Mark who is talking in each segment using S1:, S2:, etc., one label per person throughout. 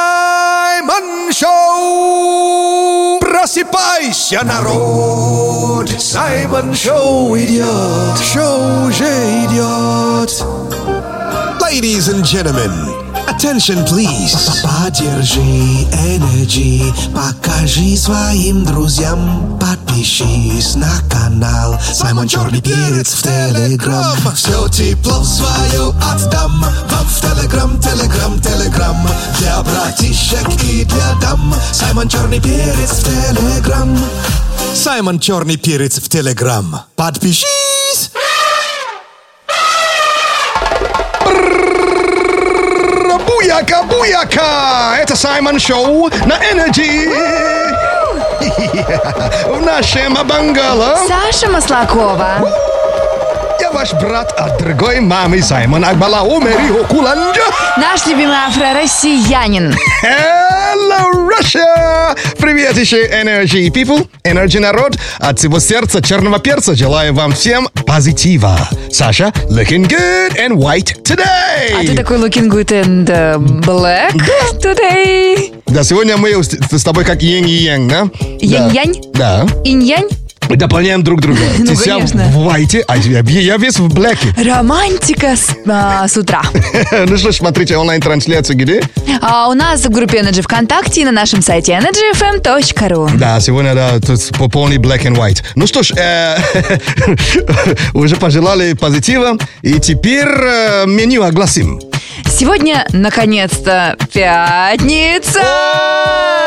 S1: Саймон Шоу! Просыпайся, народ! Саймон Шоу идет! Шоу уже идет! Ladies and gentlemen, attention please!
S2: Поддержи Energy, покажи своим друзьям, подпишись на канал Саймон Черный Перец в Телеграм. Все тепло свое отдам вам в Телеграм, Телеграм, Телеграм. Для братишек и для дам Саймон Черный Перец в Телеграм.
S1: Саймон Черный Перец в Телеграм. Подпишись! Буяка, буяка! Это Саймон Шоу на Energy! В нашем Бангало
S3: Саша Маслакова.
S1: я ваш брат от другой мамы Саймон Акбала Умери Окуланджа.
S3: Наш любимый афро-россиянин.
S1: Hello, Russia! Привет еще, Energy People, Energy народ. От всего сердца черного перца желаю вам всем позитива. Саша, looking good and white today.
S3: А ты такой looking good and э, black today.
S1: Да, сегодня мы с, с тобой как йен и янг, да?
S3: Янь-янь?
S1: Да.
S3: Инь-янь?
S1: Мы дополняем друг друга.
S3: Ну,
S1: Ты вся
S3: конечно.
S1: в white, а я, я весь в блэке.
S3: Романтика с, а, с утра.
S1: ну что ж, смотрите онлайн-трансляцию где?
S3: А у нас в группе Energy ВКонтакте и на нашем сайте energyfm.ru.
S1: Да, сегодня, да, тут по- полный black and white. Ну что ж, э, уже пожелали позитива, и теперь э, меню огласим.
S3: Сегодня, наконец-то, пятница!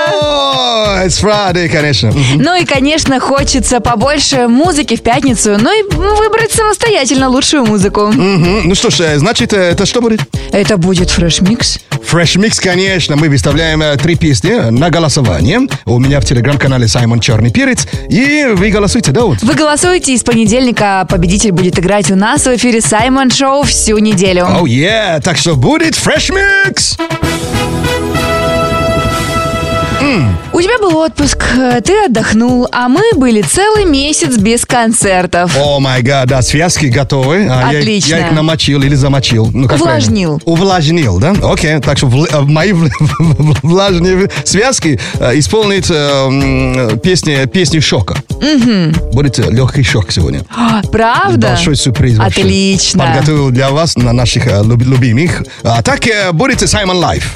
S1: О, it's Friday, конечно. Мгм.
S3: Ну и, конечно, хочется побольше музыки в пятницу, ну и м, выбрать самостоятельно лучшую музыку.
S1: Мгм. Ну что ж, э, значит, э, это что будет?
S3: Это будет фреш-микс.
S1: Fresh Mix, конечно, мы выставляем э, три песни на голосование. У меня в телеграм-канале Саймон Черный Перец. И вы голосуйте, да, вот?
S3: Вы голосуете, и с понедельника победитель будет играть у нас в эфире Саймон Шоу всю неделю.
S1: Оу, yeah! Так что будет Fresh Mix!
S3: У тебя был отпуск, э, ты отдохнул, а мы были целый месяц без концертов.
S1: О май гад, Oh да, связки готовы. А, я их-
S3: Отлично.
S1: Я, их намочил или замочил. Ну, как
S3: Увлажнил.
S1: правильно? Увлажнил, да? Окей, так что вл- э, мои вл- влажные связки э, исполнит э, м, песни, песни шока. Будет э, легкий шок сегодня.
S3: А, Правда?
S1: Большой сюрприз. вообще.
S3: Отлично.
S1: Подготовил для вас на наших э, люб- любимых. А так э, будет Саймон Лайф.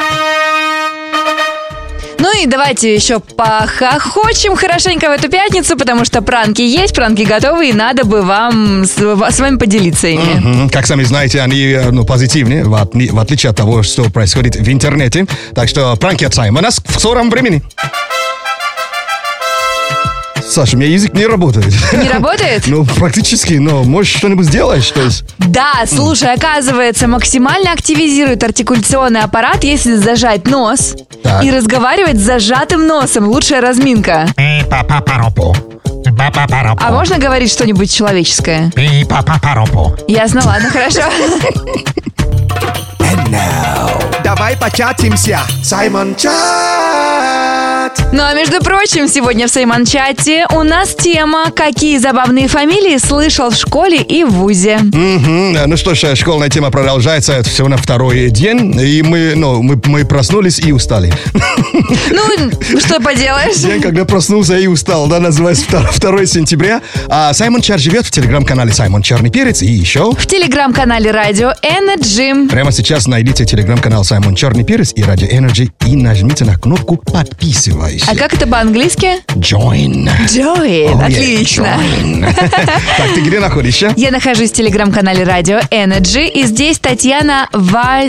S3: Ну и давайте еще похохочем хорошенько в эту пятницу, потому что пранки есть, пранки готовы, и надо бы вам с, ва- с вами поделиться ими.
S1: Мгм. Как сами знаете, они э, ну, позитивнее, в, отли- в отличие от того, что происходит в интернете. Так что пранки от Саймона с- в скором времени. Саша, у меня язык не работает.
S3: Не работает?
S1: Ну, практически, но может что-нибудь сделаешь, что есть?
S3: Да, слушай, оказывается, максимально активизирует артикуляционный аппарат, если зажать нос
S1: Так.
S3: и разговаривать с зажатым носом. Лучшая разминка.
S4: Пи-па-па-паропо. Ба-па-паропо.
S3: А можно говорить что-нибудь человеческое?
S4: Пи-па-па-паропо.
S3: Ясно, ладно, хорошо.
S2: Давай початимся, Саймон Чат.
S3: Ну а между прочим, сегодня в Саймон-чате у нас тема «Какие забавные фамилии слышал в школе и в ВУЗе?»
S1: Мгм. Э, Ну что ж, э, школьная тема продолжается. Это всего на второй день. И мы, ну, мы, мы проснулись и устали.
S3: Ну, что
S1: День,
S3: поделаешь?
S1: когда проснулся и устал, да, называется 2 сентября. А Саймон Чар живет в телеграм-канале Саймон Черный Перец. И еще...
S3: В телеграм-канале радио Energy.
S1: Прямо сейчас найдите телеграм-канал Саймон Черный Перец и Радио Energy и нажмите на кнопку «Подписывайся».
S3: А как это по-английски?
S1: Join.
S3: Join.
S1: Oh, yeah,
S3: Отлично.
S1: join. Так, ты где а? находишься?
S3: Я нахожусь в телеграм-канале Радио Energy, и здесь Татьяна Ва-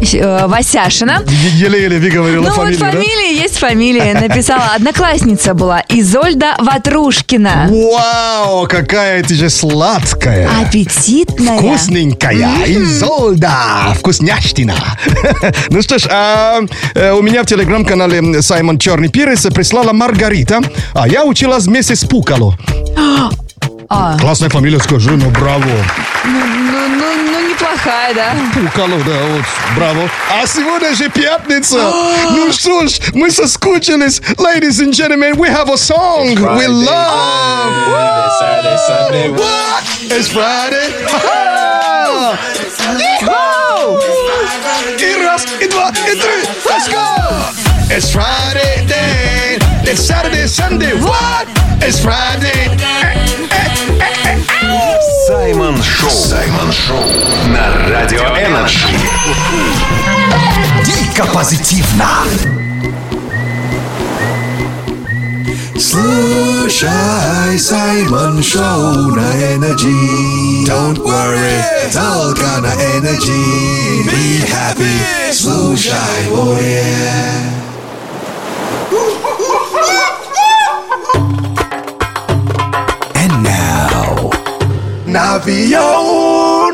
S3: э, Васяшина.
S1: Е- Еле-еле
S3: Ну
S1: выговорила
S3: вот
S1: фамилию, да?
S3: фамилия есть фамилия. Написала одноклассница была Изольда Ватрушкина.
S1: Вау, какая ты же сладкая.
S3: А Аппетитная.
S1: Вкусненькая Изолда, вкусняштина. Ну что ж, а, э, у меня в телеграм-канале Саймон Черный Перец прислала Маргарита, а я училась вместе с Пукало.
S3: А,
S1: Классная фамилия, скажи, ну браво.
S3: ну, ну, ну, ну, неплохая, да?
S1: Пукало, да, вот, браво. А сегодня же пятница. ну что ж, мы соскучились. Ladies and gentlemen, we have a song we love. What? It's Friday. Yeehaw! И раз раз, и два, и три. Let's go! It's Friday then. It's Saturday, Sunday. What? It's Friday.
S5: Саймон Шоу. Саймон Шоу. На Радио Энерджи. Дико позитивно.
S2: Слушай Саймон Шоу на Energy. Don't worry, только на Energy. Be happy, oh слушай море. And now, Navio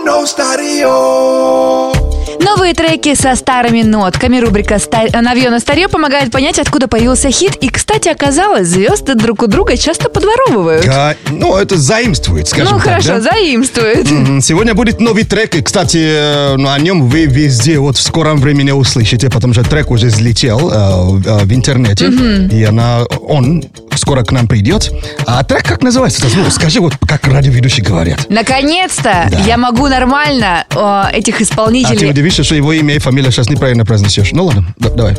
S2: no stadio.
S3: Новые треки со старыми нотками. Рубрика «Ста- «Новье на старье» помогает понять, откуда появился хит. И, кстати, оказалось, звезды друг у друга часто подворовывают.
S1: Ка- Ну, это заимствует, скажем
S3: Ну
S1: так,
S3: хорошо,
S1: да?
S3: заимствует.
S1: М, Сегодня будет новый трек, и, кстати, э, ну, о нем вы везде вот в скором времени услышите, потому что трек уже взлетел э, в- э, в интернете, и она, он скоро к нам придет. А трек как называется? Ну, скажи, вот как радиоведущие говорят.
S3: Наконец-то
S1: Да.
S3: я могу нормально э, этих
S1: А ты
S3: исполнителей.
S1: удивишься, что его имя и фамилия сейчас неправильно произнесешь. Ну ладно, да- давай.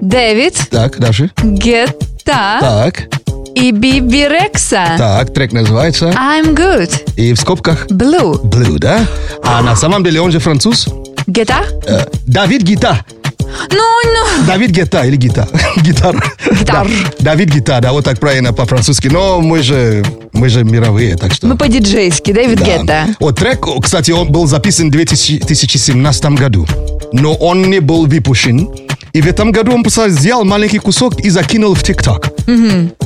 S3: Дэвид,
S1: Так, дальше.
S3: Гетта
S1: Так,
S3: и Биби Рекса.
S1: так, трек называется.
S3: I'm good.
S1: И в скобках
S3: Blue.
S1: Blue, да? А на самом деле он же француз.
S3: Гетта?
S1: Э, Давид Гита.
S3: Ну, ну.
S1: Давид Гета или Гита? Гитар. Да,
S3: Гитар.
S1: Давид Гита, да, вот так правильно по-французски. Но мы же, мы же мировые, так что...
S3: Мы по-диджейски, Дэвид
S1: да.
S3: Гетта.
S1: Вот трек, о, кстати, он был записан в 2017 году, но он не был выпущен. И в этом году он просто взял маленький кусок и закинул в ТикТок.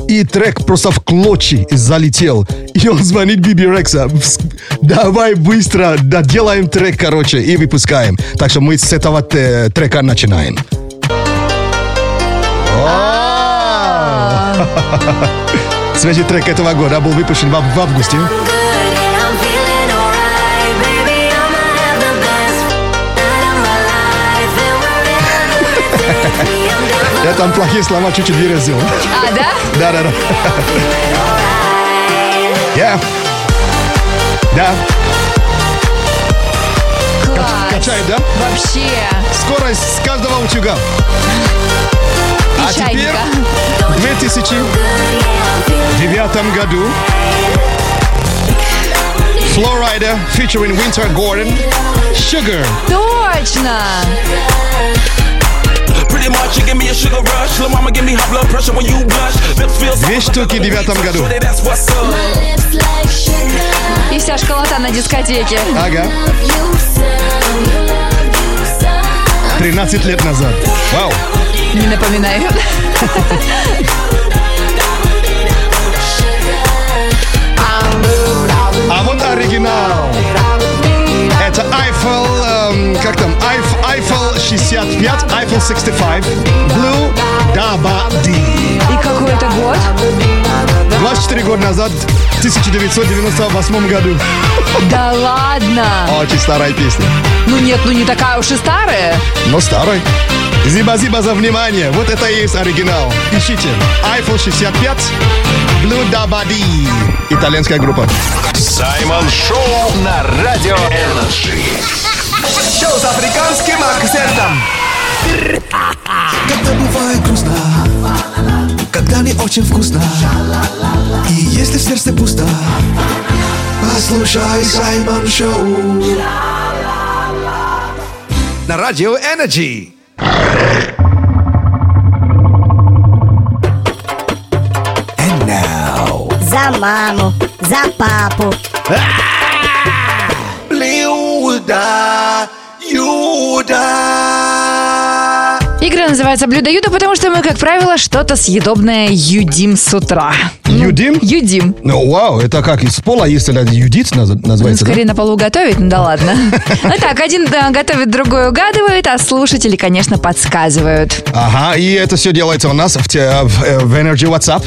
S1: И трек просто в клочья залетел. И он звонит Биби Рекса. «Вс- Давай быстро доделаем трек, короче, и выпускаем. Так что мы с этого э, трека начинаем.
S3: А.
S1: Свежий трек этого года был выпущен в ав- в августе. Я там плохие слова чуть-чуть выразил.
S3: А, да?
S1: Да-да-да. Я. Да.
S3: Класс.
S1: Качает, да?
S3: Вообще.
S1: Скорость с каждого утюга. А
S3: И чайника.
S1: теперь в 2009 году Flowrider featuring Winter Gordon Sugar.
S3: Точно.
S6: Pretty much you give me a sugar rush. Lil' mama give me high blood pressure when you blush. Lips feel
S1: Две штуки в девятом году.
S6: Shorty, that's what's up.
S3: И вся школота на дискотеке.
S1: Ага. 13 лет назад. Вау.
S3: Не напоминаю.
S1: А вот оригинал. Это Eiffel, эм, как там, Eiff- Eiffel 65, Eiffel 65, Blue Daba D.
S3: И какой это год?
S1: 24 года назад, в 1998 году.
S3: Да ладно.
S1: Очень старая песня.
S3: Ну нет, ну не такая уж и старая.
S1: Но старая. Зиба-зиба за внимание. Вот это и есть оригинал. Ищите. Eiffel 65, Blue Daba D. Итальянская группа.
S5: Саймон Шоу на Радио Энерджи.
S6: Шоу с африканским акцентом.
S2: Когда бывает грустно, когда не очень вкусно, и если в сердце пусто, послушай Саймон Шоу.
S6: На радио Energy.
S2: And now,
S7: За маму, за папу.
S2: Блюда, Юда.
S3: Игра называется «Блюдо Юда», потому что мы, как правило, что-то съедобное едим с утра.
S1: Юдим?
S3: Едим.
S1: Ну, вау, это как, из пола есть, или юдит наз-
S3: Ну,
S1: называется, да?
S3: скорее на полу готовить, ну да ладно. Ну так, один да, готовит, другой угадывает, а слушатели, конечно, подсказывают.
S1: Ага, и это все делается у нас в, те- в, э, в Energy WhatsApp.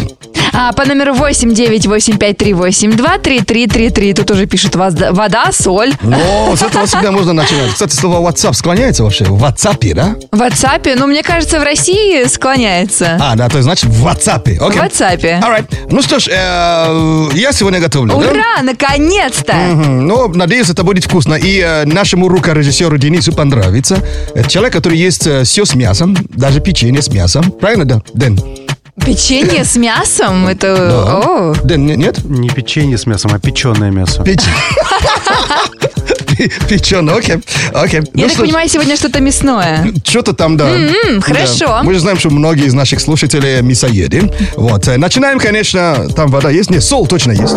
S3: А по номеру 89853823333 тут уже пишут воз- вода, соль.
S1: Но с этого всегда можно начинать. Кстати, слово WhatsApp склоняется вообще в WhatsApp, да?
S3: В WhatsApp, ну, мне кажется, в России склоняется.
S1: А, да, то есть значит в WhatsApp.
S3: В WhatsApp.
S1: Alright. Ну что ж, э, я сегодня готовлю. да?
S3: Ура, наконец-то!
S1: Мгм. Ну, надеюсь, это будет вкусно. И э, нашему рукорежиссеру Денису понравится. Это человек, который ест все с мясом, даже печенье с мясом. Правильно, да, Дэн?
S3: Печенье с мясом,
S1: Да. Ну
S3: это... о.
S1: Дэн, не- нет?
S8: Не печенье с мясом, а печеное мясо.
S1: Печеное, окей. Окей. Ну
S3: Я так понимаю, сегодня что-то мясное.
S1: Что-то там, да. Да.
S3: М-м, хорошо.
S1: Мы же знаем, что многие из наших слушателей мясоеды. Вот. э, Начинаем, конечно, там вода есть. Нет, сол точно есть.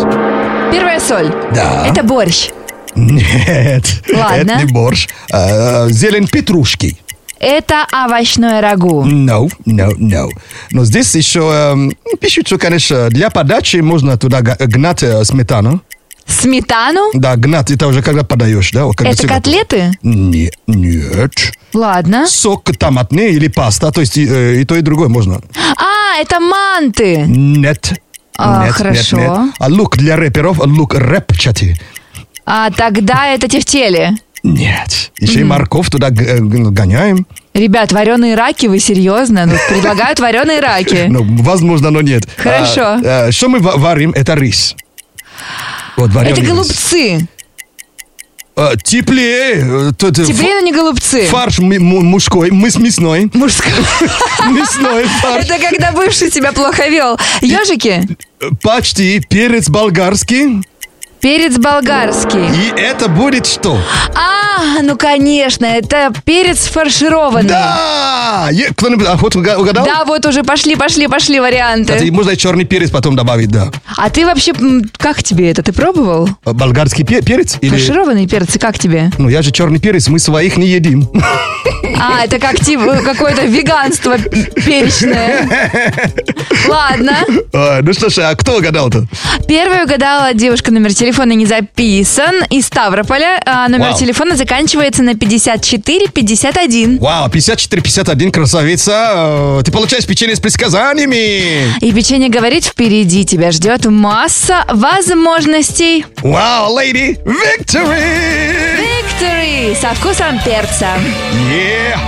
S3: Первая соль.
S1: Да.
S3: Это борщ.
S1: Нет.
S3: Ладно.
S1: Это не борщ. Э, Зелень петрушки.
S3: Это овощное рагу.
S1: No, no, no. Но здесь еще эм, пишут, что, конечно, для подачи можно туда га- гнать э, сметану.
S3: Сметану.
S1: Да, гнать, это уже когда подаешь, да? вот когда
S3: Это
S1: всё готово.
S3: котлеты?
S1: Не- нет.
S3: Ладно.
S1: Сок томатный или паста, то есть и, э, и то, и другое можно.
S3: А, это манты.
S1: Нет.
S3: А,
S1: нет,
S3: хорошо.
S1: Нет, нет. А лук для рэперов, лук рэпчатый.
S3: А тогда это тефтели.
S1: Нет. Еще и морковь туда г- э, г- гоняем.
S3: Ребят, вареные раки, вы серьезно? Ну, предлагают вареные раки.
S1: Ну, возможно, но нет.
S3: Хорошо.
S1: А, а, что мы ва- варим, это рис. Вот, вареный
S3: Это
S1: рис.
S3: голубцы.
S1: А, теплее. э, Тут, э,
S3: Теплее, но не
S1: ф-
S3: голубцы.
S1: Фарш ми- му- мужской, мы с мясной.
S3: Мужское.
S1: Мясной фарш.
S3: Это когда бывший тебя плохо вел. Ежики?
S1: Э, Почти перец болгарский.
S3: Перец болгарский.
S1: И это будет что?
S3: А, ну конечно, это перец фаршированный.
S1: Да! Е- Кто-нибудь охот уга- угадал?
S3: Да, вот уже пошли, пошли, пошли варианты.
S1: Кстати, можно и черный перец потом добавить, да.
S3: А ты вообще, м, как тебе это? Ты пробовал?
S1: А, Болгарский пе- перец? Или...
S3: Фаршированные перцы, как тебе?
S1: Ну, я же черный перец, мы своих не едим.
S3: А, это как типа какое-то веганство перечное. Ладно.
S1: А, Ну что ж, а кто угадал-то?
S3: Первую угадала девушка, номер телефона не записан. Из Ставрополя. А, номер
S1: Вау.
S3: телефона заканчивается на 5451.
S1: Вау, 54-51, красавица. Э, Ты получаешь печенье с предсказаниями.
S3: И печенье говорит, впереди тебя ждет масса возможностей.
S1: Вау, леди, victory!
S3: Victory со вкусом перца.
S1: Yeah!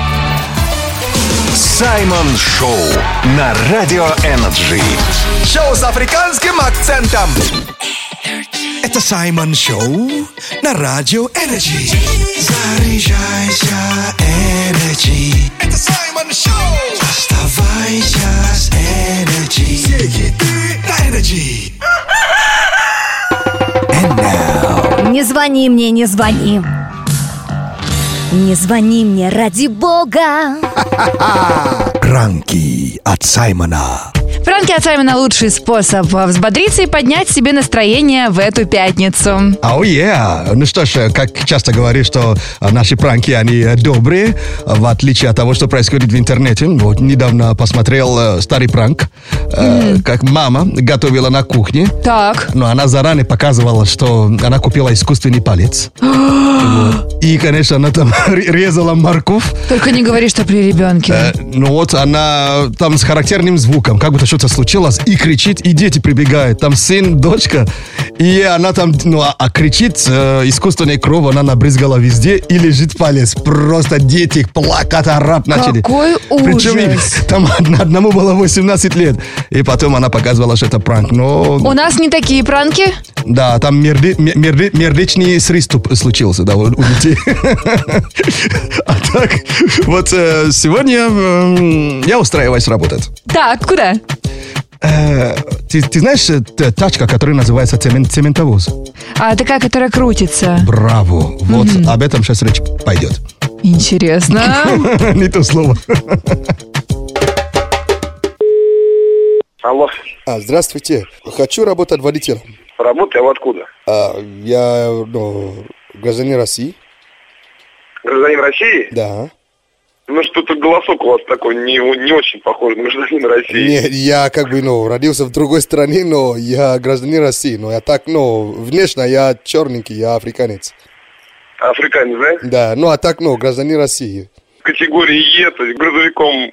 S5: Саймон Шоу на Радио Энерджи.
S2: Шоу с африканским акцентом. Это Саймон Шоу на Радио Энерджи. Заряжайся, Энерджи. Это Саймон Шоу. Оставайся с Энерджи. На Энерджи.
S7: Не звони мне, не звони. Не звони мне, ради бога.
S2: Пранки от Саймона.
S3: Пранки от Саймона лучший способ а, взбодриться и поднять себе настроение в эту пятницу.
S1: Ау, yeah. Ну что ж, э, как часто говорю, что э, наши пранки, они э, добрые, э, в отличие от того, что происходит в интернете. Вот недавно посмотрел э, старый пранк, э, как мама готовила на кухне.
S3: Так.
S1: Но она заранее показывала, что она купила искусственный палец. Вот. И, конечно, она там ре- резала морковь.
S3: Только не говори, что при ребенке.
S1: Э, Ну вот она там с характерным звуком, как будто что-то случилось, и кричит, и дети прибегают. Там сын, дочка, и она там, ну, а, а кричит, э, искусственная кровь, она набрызгала везде, и лежит палец. Просто дети плакать, орать начали.
S3: Какой
S1: Причем им-
S3: ужас.
S1: там од- одному было 18 лет. И потом она показывала, что это пранк. Но,
S3: У нас не такие пранки.
S1: да, там мерди- ме- мерди- мердичный сриступ случился, да, у у детей. А так, вот э, сегодня эм, я устраиваюсь работать.
S3: Так, куда?
S1: Э, Ты ты знаешь э, т- тачка, которая называется цемент- цементовоз?
S3: А такая, которая крутится.
S1: Браво! Вот об этом сейчас речь пойдет.
S3: Интересно.
S1: Не то слово.
S9: Алло,
S1: А, Здравствуйте. Хочу работать водителем.
S9: работаю, а вы откуда?
S1: Я гражданин России.
S9: Гражданин России?
S1: Да.
S9: Ну что-то голосок у вас такой не, не очень похож на гражданина России.
S10: Нет, я как бы, ну, родился в другой стране, но я гражданин России, но я так, ну, внешне я черненький, я африканец.
S9: Африканец, да?
S10: Да, ну, а так, ну, гражданин России.
S9: Категории Е, то есть грузовиком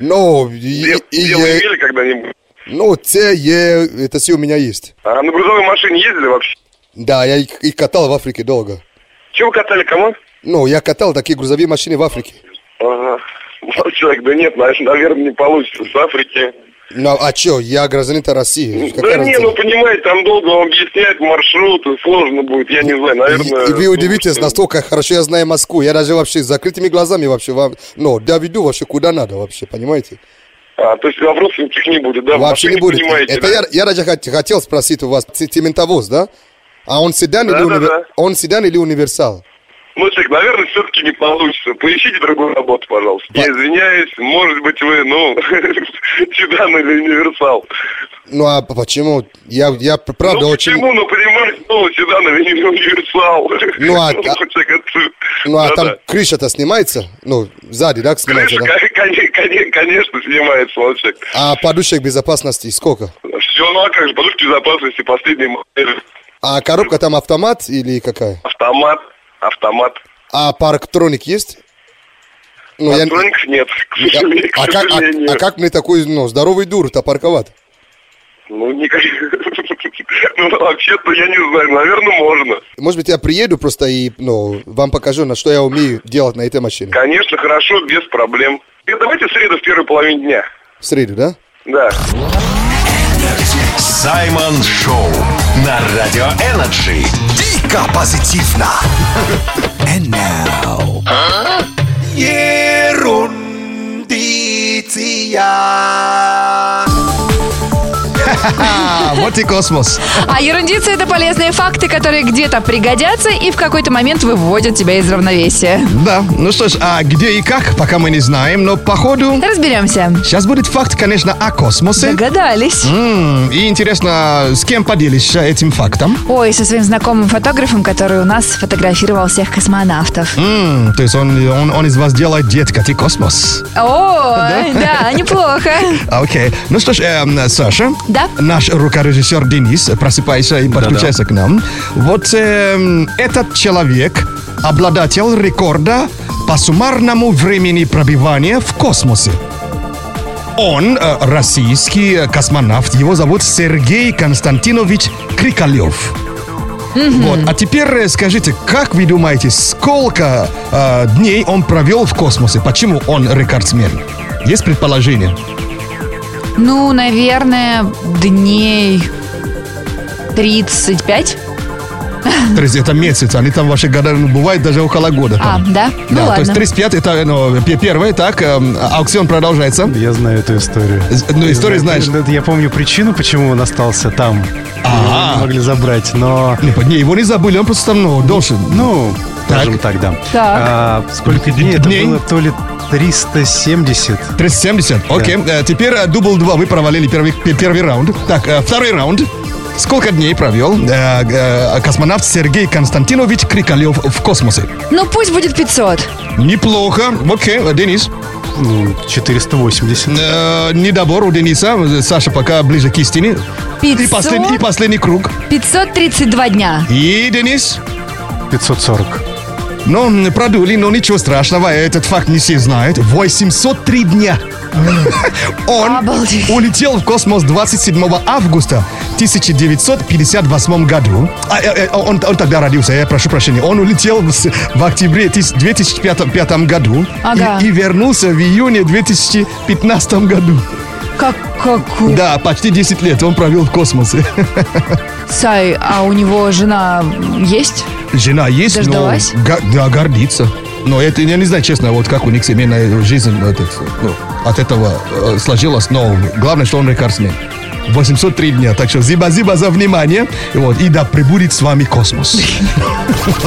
S10: Ну,
S9: Е-
S10: и- и
S9: белый
S10: е-
S9: видели когда-нибудь?
S10: ну, Ц, Е, это все у меня есть.
S9: А на грузовой машине ездили вообще?
S10: Да, я их их катал в Африке долго.
S9: Чего катали кому?
S10: Ну, я катал такие грузовые машины в Африке.
S9: Ага. Молодой Человек, да нет, наверное, не получится. С Африки
S10: Ну, а чё, я гражданин России.
S9: Да не, ну понимаете, там долго вам объяснять маршруты, сложно будет, я не знаю, наверное... ну,
S10: И, и вы удивитесь, настолько хорошо я знаю Москву. Я даже вообще с закрытыми глазами вообще вам... Ну, доведу вообще куда надо вообще, понимаете?
S9: А, то есть вопросов никаких не будет, да? Вы
S10: Вообще не
S9: машине
S10: будет.
S9: понимаете,
S10: Это
S9: да?
S10: я, я даже хот- хотел спросить у вас, ц- цементовоз, да? А он седан,
S9: Да,
S10: или,
S9: да,
S10: универ-
S9: да.
S10: он седан или универсал?
S9: Ну, человек, наверное, все-таки не получится. Поищите другую работу, пожалуйста. Я извиняюсь, может быть, вы, ну, седан или универсал.
S10: Ну а п- почему? Я, я п- правда
S9: ну,
S10: очень...
S9: почему, ну, понимаете, ну, седан или универсал.
S10: Ну, а-
S9: человек, это-
S10: Ну а
S9: да,
S10: там
S9: да.
S10: крыша-то снимается? Ну, сзади, да, снимается,
S9: Конечно,
S10: да?
S9: кон- кон- конечно, снимается он, человек.
S10: А подушек безопасности сколько?
S9: Все, ну а как же, подушки безопасности, последний модель,
S10: А коробка там автомат или какая?
S9: автомат, автомат.
S10: А парктроник есть? Ну, я-
S9: Электроников нет, к сожалению.
S10: а,
S9: к
S10: как, а-
S9: сожалению.
S10: а как мне такой ну, здоровый дур-то парковать?
S9: Ну, никак... ну, вообще-то, я не знаю, наверное, можно.
S10: Может быть, я приеду просто и ну, вам покажу, на что я умею делать на этой машине.
S9: Конечно, хорошо, без проблем. И давайте в среду в первой половине дня.
S10: В среду, да?
S9: Да.
S5: Саймон Шоу на Радио Энерджи.
S2: Дико позитивно. And now. Ерундиция.
S1: Ха-ха, вот и космос.
S3: А ерундицы это полезные факты, которые где-то пригодятся и в какой-то момент выводят тебя из равновесия.
S1: Да, ну что ж, а где и как, пока мы не знаем, но походу...
S3: Разберемся.
S1: Сейчас будет факт, конечно, о космосе.
S3: Догадались.
S1: М, И интересно, с кем поделишься этим фактом?
S3: Ой, со своим знакомым фотографом, который у нас фотографировал всех космонавтов.
S1: М, То есть он, он, он из вас делает детка, ты космос.
S3: О, да, неплохо.
S1: Окей. Ну что ж, эм, Саша.
S3: Да?
S1: Наш рукорежиссер Денис, просыпайся и подключайся к нам. Вот эм, этот человек обладатель рекорда по суммарному времени пробивания в космосе. Он э, российский э, космонавт. Его зовут Сергей Константинович Крикалев. Вот. А теперь э, скажите, как вы думаете, сколько э, дней он провел в космосе? Почему он рекордсмен? Есть предположение?
S3: Ну, наверное, дней 35.
S1: То есть это месяц, они там вообще года, ну, бывает даже около года.
S3: А,
S1: там.
S3: да? Ну
S1: Да, то
S3: ладно.
S1: есть 35, это ну, пе- первое, так, эм, аукцион продолжается.
S8: Я знаю эту историю.
S1: З- Ну, историю знаешь.
S8: Это- это Я помню причину, почему он остался там.
S1: А.
S8: Его Не могли забрать, но...
S1: Не, под- не, его не забыли, он просто там, ну, дольше.
S8: Ну,
S1: Так.
S8: скажем так, да.
S3: Так.
S8: А, сколько дней? Это
S1: Дней?
S8: было то ли 370.
S1: 370, окей. Э, Теперь э, дубл 2, вы провалили первый, пе- первый раунд. Так, э, второй раунд. Сколько дней провел э, э, космонавт Сергей Константинович Крикалев в космосе?
S3: Ну, пусть будет 500.
S1: Неплохо. Окей, э, Денис.
S8: Ну, 480.
S1: Э, недобор у Дениса. Саша пока ближе к истине. И
S3: 500?
S1: последний, и последний круг.
S3: 532 дня.
S1: И Денис.
S8: 540.
S1: Но м, продули, но ничего страшного, этот факт не все знают. 803 дня. Он
S3: Обалдеть.
S1: улетел в космос 27 августа 1958 году. А, э, э, он, он тогда родился, я прошу прощения. Он улетел в, с- в октябре 1000 2005 пятом году
S3: Ага.
S1: и, и вернулся в июне 2015 году.
S3: Как, какой?
S1: Да, почти 10 лет он провел в космосе.
S3: Сай, а у него жена есть?
S1: Жена есть,
S3: Дождалась?
S1: но го- да, гордится. Но это я не знаю, честно, вот как у них семейная жизнь э, так сказать, ну, от этого э, сложилась. Но главное, что он рекордсмен. 803 дня. Так что зиба-зиба за внимание. И Вот, и да прибудет с вами космос.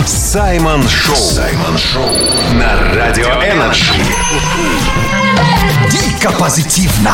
S5: Саймон Шоу. Саймон Шоу на Радио Энерджи.
S2: Дико позитивно.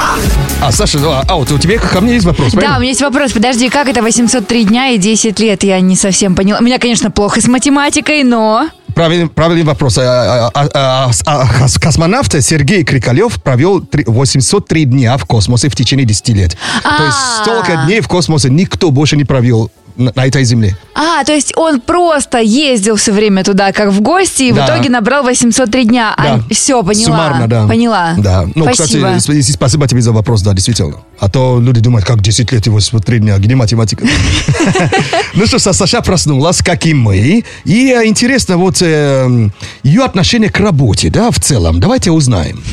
S1: А, Саша, ну, а, а вот у тебя ко мне есть вопрос,
S3: Да, у
S1: правильно?
S3: меня есть вопрос. Подожди, как это 803 дня и 10 лет? Я не совсем поняла. У меня, конечно, плохо с математикой, но...
S1: Правильный, правильный вопрос. А, а, а, а, а, а, с- космонавт Сергей Крикалев провел три- 803 дня в космосе в течение 10 лет. То есть
S3: А.
S1: столько дней в космосе никто больше не провел на- на этой земле.
S3: А, то есть он просто ездил все время туда, как в гости, и
S1: Да.
S3: в итоге набрал 803 дня.
S1: Да.
S3: все, А, поняла.
S1: Суммарно, да.
S3: Поняла.
S1: Да. Ну,
S3: Спасибо.
S1: кстати, сп- спасибо тебе за вопрос, да, действительно. А то люди думают, как 10 лет и 83 дня, где математика? Ну что, Са- Саша проснулась, как и мы. И э, интересно, вот эм, ее отношение к работе, да, в целом. Давайте узнаем.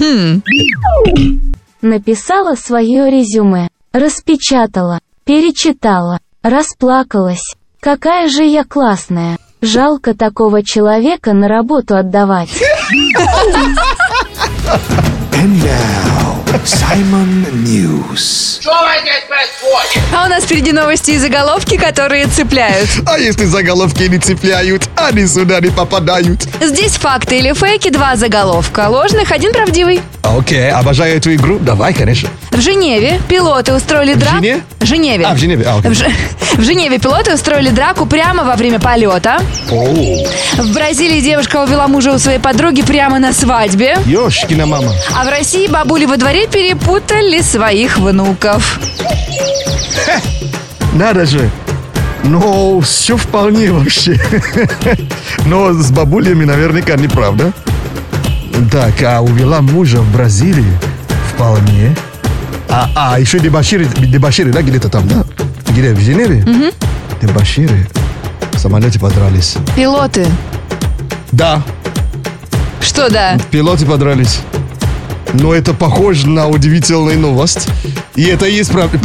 S11: Написала свое резюме. Распечатала. Перечитала. Расплакалась. Какая же я классная. Жалко такого человека на работу отдавать.
S2: And now, Simon News.
S3: А у нас впереди новости и заголовки, которые цепляют.
S1: А если заголовки не цепляют, они сюда не попадают.
S3: Здесь факты или фейки, два заголовка. Ложных, один правдивый.
S1: Окей, обожаю эту игру. Давай, конечно.
S3: В Женеве пилоты устроили драку...
S1: Жене?
S3: Женеве.
S1: А, в Женеве. А, окей.
S3: В, Ж- в Женеве пилоты устроили драку прямо во время полета.
S1: Оу.
S3: В Бразилии девушка увела мужа у своей подруги прямо на свадьбе.
S1: Ёшкина мама.
S3: А в России бабули во дворе перепутали своих внуков.
S1: Надо же. Ну, все вполне вообще. Но с бабулями наверняка неправда. Так, а увела мужа в Бразилии? Вполне. А, а еще дебаширы, дебаширы, да, где-то там, да? Где, в Женеве? Дебаширы в самолете подрались.
S3: Пилоты.
S1: Да,
S3: Что да?
S1: пилоты подрались. Но это похоже на удивительную новость. И это и есть правда.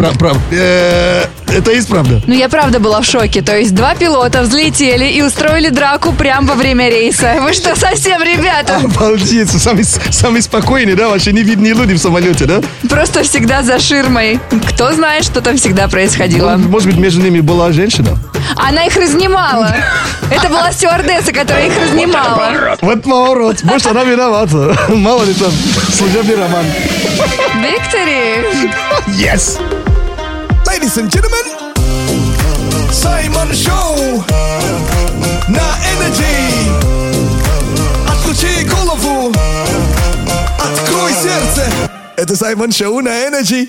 S1: это и есть правда.
S3: Ну, я правда была в шоке. То есть два пилота взлетели и устроили драку прямо во время рейса. Вы что, совсем, ребята?
S1: Обалдеть, самый, самый спокойный, да, вообще невидные люди в самолете, да?
S3: Просто всегда за ширмой. Кто знает, что там всегда происходило.
S1: Ну, Может быть, между ними была женщина?
S3: Она их разнимала. Это была стюардесса, которая их разнимала.
S1: Вот поворот. Может, она виновата. Мало ли там служебный роман.
S3: Виктори!
S1: Yes!
S2: Ladies and gentlemen, Саймон Шоу на Energy. Отключи голову, открой сердце. Это Саймон Шоу на Energy.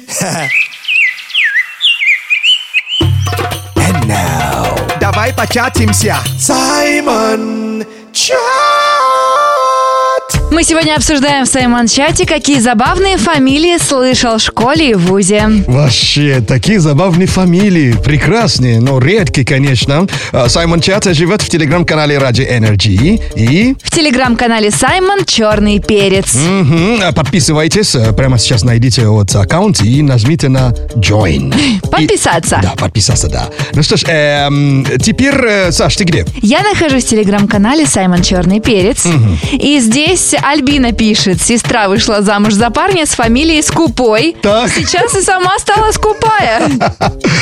S2: And now, давай початимся. Саймон Чат.
S3: Мы сегодня обсуждаем в Саймон чате, какие забавные фамилии слышал в школе и в ВУЗе.
S1: Вообще, такие забавные фамилии. Прекрасные, но редкие, конечно. А, Саймон Чата живет в телеграм-канале Ради Energy. И
S3: В телеграм-канале Саймон «Черный перец».
S1: мгм, а, подписывайтесь. а, Прямо сейчас найдите вот аккаунт и нажмите на Join.
S3: Подписаться.
S1: Да, подписаться, да. Ну что ж, эм, теперь, э, Саш, ты где?
S3: Я нахожусь в телеграм-канале Саймон Черный Перец. И здесь Альбина пишет: сестра вышла замуж за парня с фамилией Скупой.
S1: Так.
S3: Сейчас и сама стала скупая.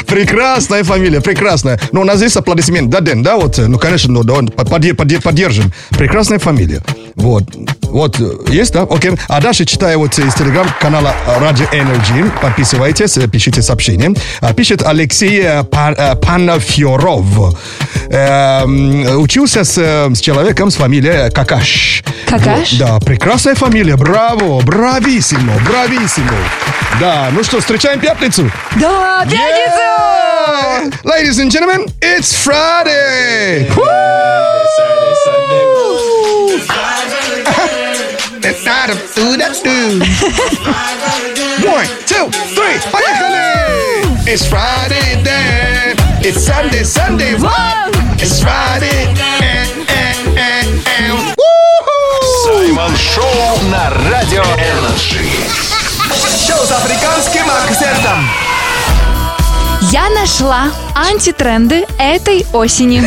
S1: Прекрасная фамилия, прекрасная. Но у нас здесь аплодисмент, да, Дэн, да, вот, э, ну, конечно, ну, да, он- подде- подде- поддержим. Прекрасная фамилия. Вот, вот, э, есть, да, окей. А дальше читаю вот э, из телеграм-канала Radio Energy. Подписывайтесь, э, пишите сообщение. А, Пишет Алексей э, Па- э, Панафьоров. Эм, Учился с э, с человеком с фамилией Какаш.
S3: Какаш?
S1: Вот, Да, прекрасная фамилия, браво, брависсимо, брависсимо. Да, ну что, встречаем пятницу?
S3: Да, пятница!
S1: Yeah! Ladies and gentlemen, it's Friday! Woo! One, two, three, поехали! It's Friday then, it's Sunday, Sunday,
S3: Вау!
S1: it's Friday and, and, and, and.
S5: Саймон Шоу на Радио Энерджи.
S2: Шоу с африканским акцентом.
S3: Я нашла антитренды этой осени.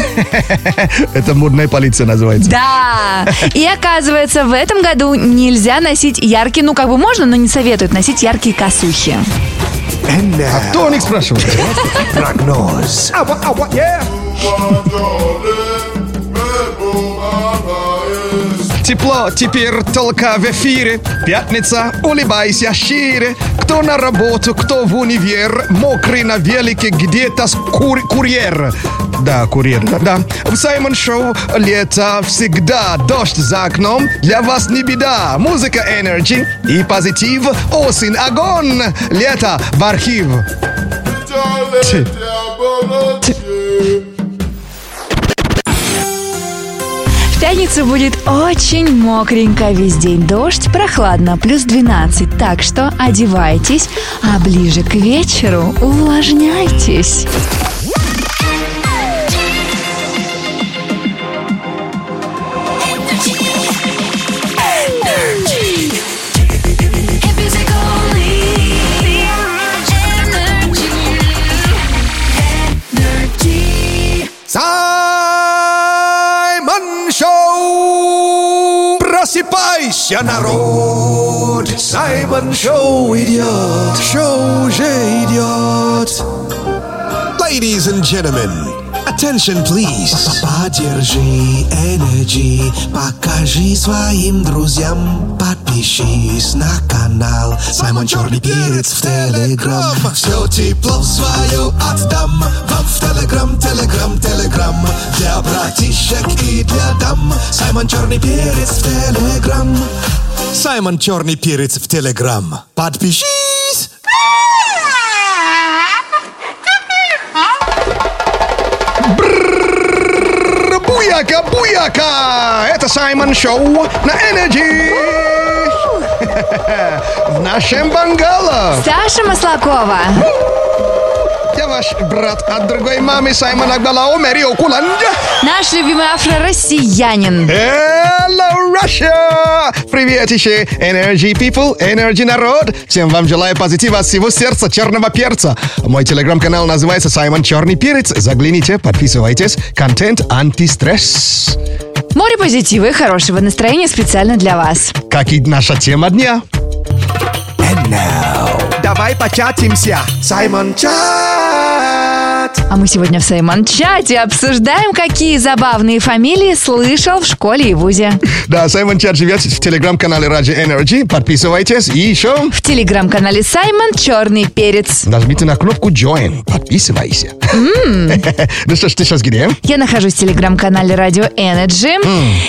S1: Это модная полиция называется.
S3: Да. И оказывается, в этом году нельзя носить яркие, ну как бы можно, но не советуют носить яркие косухи.
S2: And now,
S1: Кто у них спрашивает?
S2: прогноз.
S1: Тепло теперь только в эфире. Пятница, улыбайся шире. Кто на работу, кто в универ. Мокрый на велике, где-то с кур- курьер. Да, курьер, да, да. В Саймон Шоу лето всегда. Дождь за окном, для вас не беда. Музыка Energy и позитив. Осень, огонь. Лето в архив. Ть.
S3: В пятницу будет очень мокренько, весь день дождь, прохладно, плюс 12. Так что одевайтесь, а ближе к вечеру увлажняйтесь.
S12: Every second only.
S2: Вся народ Саймон Шоу идет Шоу уже идет Ladies and gentlemen Attention, please
S12: Поддержи Energy, покажи своим друзьям. Подпишись на канал Саймон Черный Перец в Телеграм.
S2: Все тепло свое отдам Вам в Телеграм, Телеграм, Телеграм Для братишек и для дам Саймон Черный Перец в Телеграм Саймон Черный Перец в Телеграм Подпишись!
S1: Буяка, буяка! Это Саймон Шоу на Energy! В нашем бангало!
S3: Саша Маслакова.
S1: Я ваш брат от другой мамы Саймон Агбалао Мэрио Куланджа.
S3: Наш любимый афро-россиянин.
S1: Hello, Russia! Приветище, Energy People, Energy народ. Всем вам желаю позитива от всего сердца черного перца. Мой телеграм-канал называется Саймон Черный Перец. Загляните, подписывайтесь. Контент антистресс.
S3: Море позитива и хорошего настроения специально для вас.
S1: Как и наша тема дня.
S2: Давай початимся Саймон Чат
S3: А мы сегодня в Саймон-чате обсуждаем, какие забавные фамилии слышал в школе и вузе.
S1: Да, Саймон Чат живет в телеграм-канале Раджи Energy. Подписывайтесь и еще...
S3: В телеграм-канале Саймон Черный Перец.
S1: Нажмите на кнопку Join. Подписывайся. Ну что ж, ты сейчас где?
S3: Я нахожусь в телеграм-канале Радио Energy.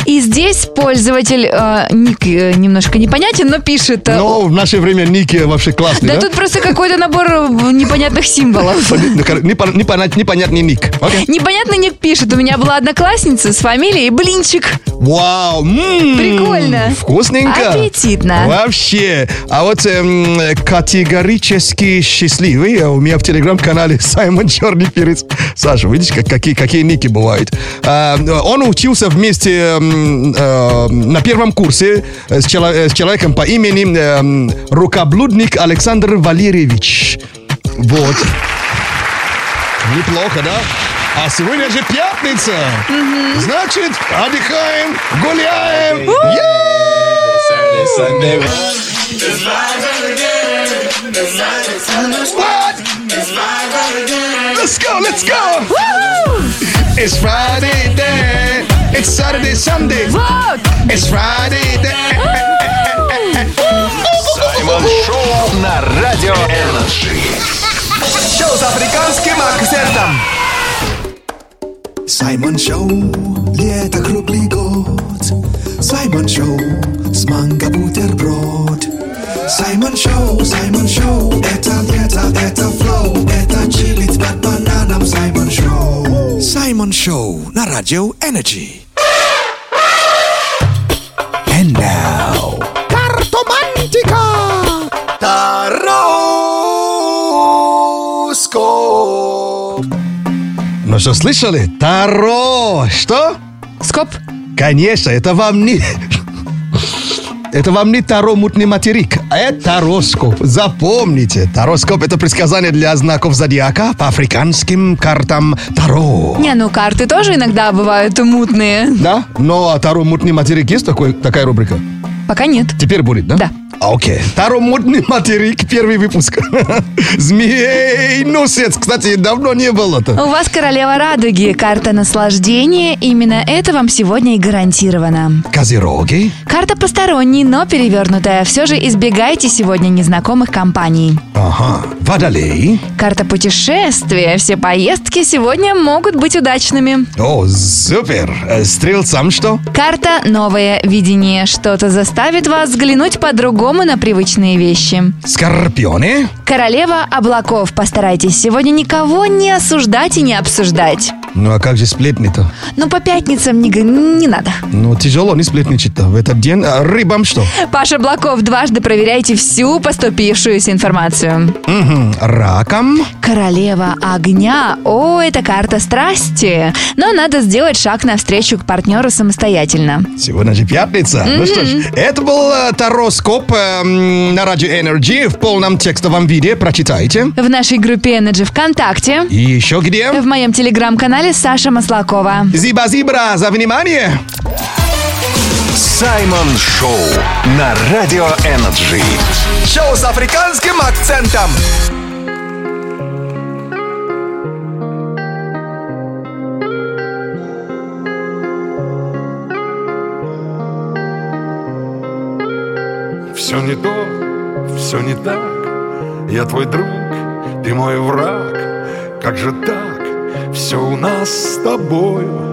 S3: И здесь пользователь, э, ник э, немножко непонятен, но пишет... э,
S1: Ну, в наше время ники вообще классные,
S3: Да
S1: да?
S3: тут просто какой-то набор э, непонятных символов.
S1: Ну, кор- непон- непонят- Непонятный ник. Окей.
S3: Непонятно ник пишет. У меня была одноклассница с фамилией Блинчик.
S1: Вау! м-м-м. м,
S3: Прикольно.
S1: Вкусненько.
S3: Аппетитно.
S1: Вообще. А вот эм, категорически счастливый э, у меня в телеграм-канале Саймон Черный Перец. Саша, видишь, как- какие, какие ники бывают. А, он учился вместе эм, э, на первом курсе э, с, чело- э, с человеком по имени эм, рукоблудник Александр Валерьевич. Вот. Неплохо, да? А сегодня же пятница. Значит, отдыхаем, гуляем. What? Let's go, let's go. It's Friday day. It's Saturday, Sunday. It's Friday day.
S5: Саймон Шоу на Радио Энерджи.
S2: Шоу с африканским акцентом
S12: Саймон Шоу, лето круглый год. Саймон Шоу, с манго бутерброд. Саймон Шоу, Саймон Шоу, это лето, это флоу, это чилит под бананом Саймон Шоу.
S2: Саймон Шоу на Радио Energy Картомантика Тароскоп
S1: Ну что, слышали? Таро! Что?
S3: Скоп.
S1: Конечно, это вам не... Это вам не Таро мутный материк, а это Тароскоп. Запомните, Тароскоп – это предсказание для знаков зодиака по африканским картам Таро.
S3: Не, ну карты тоже иногда бывают мутные.
S1: Да? Но а Таро мутный материк есть такой, такая рубрика?
S3: Пока нет.
S1: Теперь будет, да? А,
S3: Да.
S1: Окей. Таро мутный материк, первый выпуск. Змей носец, кстати, давно не было-то.
S3: У вас королева радуги, карта наслаждения. Именно это вам сегодня и гарантировано.
S1: Козероги.
S3: Карта посторонней, но перевернутая. Все же избегайте сегодня незнакомых компаний.
S1: Ага. Водолей.
S3: Карта путешествия. Все поездки сегодня могут быть удачными.
S1: О, супер. Э, Стрелцам что?
S3: Карта «Новое видение». Что-то заставит вас взглянуть по-другому на привычные вещи.
S1: Скорпионы.
S3: Королева облаков. Постарайтесь сегодня никого не осуждать и не обсуждать.
S1: Ну а как же сплетни-то?
S3: Но по пятницам не, г- не надо.
S1: Ну, тяжело не сплетничать-то в этот день. А рыбам что?
S3: Паша Блаков, дважды проверяйте всю поступившуюся информацию.
S1: Мгм, Раком.
S3: Королева огня. О, это карта страсти. Но надо сделать шаг навстречу к партнеру самостоятельно.
S1: Сегодня же пятница. Ну что ж, это был э, Тароскоп эм, на Радио Energy в полном текстовом виде. Прочитайте.
S3: В нашей группе Energy ВКонтакте.
S1: И еще где?
S3: В моем телеграм-канале Саша Маслакова.
S1: Зиба-зибра за внимание.
S5: Саймон Шоу на Радио Энерджи.
S13: Шоу с африканским акцентом.
S14: Все не то, все не так Я твой друг, ты мой враг Как же так, все у нас с тобою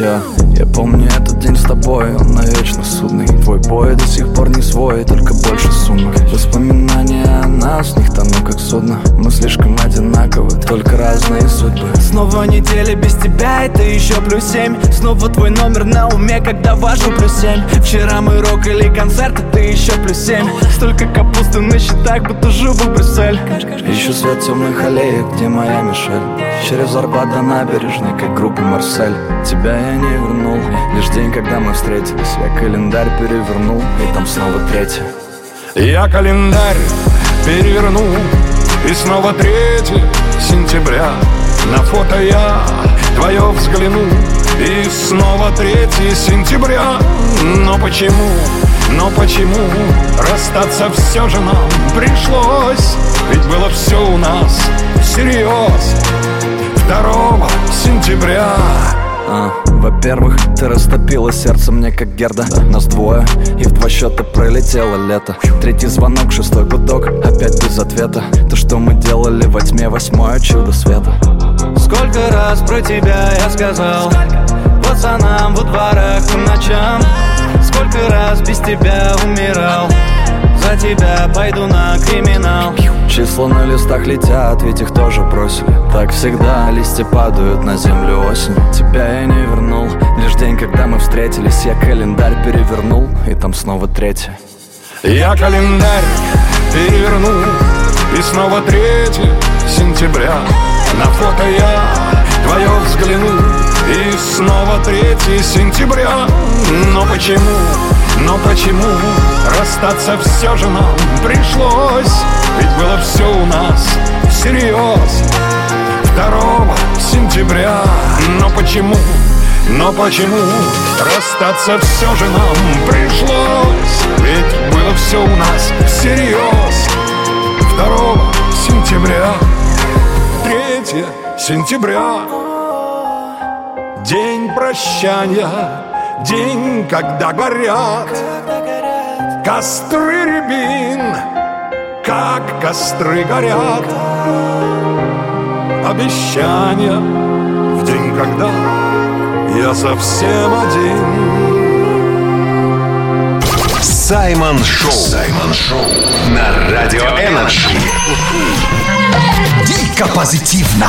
S15: Я, я помню этот день с тобой, он навечно судный Твой бой до сих пор не свой, только больше сумок Воспоминания о нас, в них тону как судно Мы слишком одинаковы, только разные судьбы
S16: Снова неделя без тебя, это еще плюс семь Снова твой номер на уме, когда вожу плюс семь Вчера мы рок или концерт, это еще плюс семь Столько капусты на счетах, будто живу в Брюссель
S15: Ищу свет темных аллей, где моя Мишель Через Арбат до набережной, как группа Марсель Тебя я не вернул, лишь день, когда мы встретились Я календарь перевернул, и там снова третья
S14: Я календарь перевернул И снова 3 сентября На фото я твое взгляну И снова 3 сентября Но почему, но почему Расстаться все же нам пришлось Ведь было все у нас всерьез 2 сентября
S15: А, во-первых, ты растопила сердце мне, как Герда Нас двое, и в два счета пролетело лето Третий звонок, шестой гудок, опять без ответа То, что мы делали во тьме, восьмое чудо света
S16: Сколько раз про тебя я сказал Пацанам во дворах по ночам Сколько раз без тебя умирал За тебя пойду на криминал
S15: Числа на листах летят, ведь их тоже бросили Так всегда, листья падают на землю осень Тебя я не вернул, лишь день, когда мы встретились Я календарь перевернул, и там снова третья
S14: Я календарь перевернул И снова 3 сентября На фото я твое взгляну И снова 3 сентября Но почему, но почему Расстаться все же нам пришлось Ведь было все у нас всерьез 2 сентября Но почему, но почему Расстаться все же нам пришлось Ведь было все у нас всерьез 2 сентября 3 сентября День прощания День, когда горят Костры рябин Как костры горят Обещания В день, когда я совсем один
S5: Саймон Шоу. Саймон Шоу на Радио Энерджи.
S13: Дико позитивно.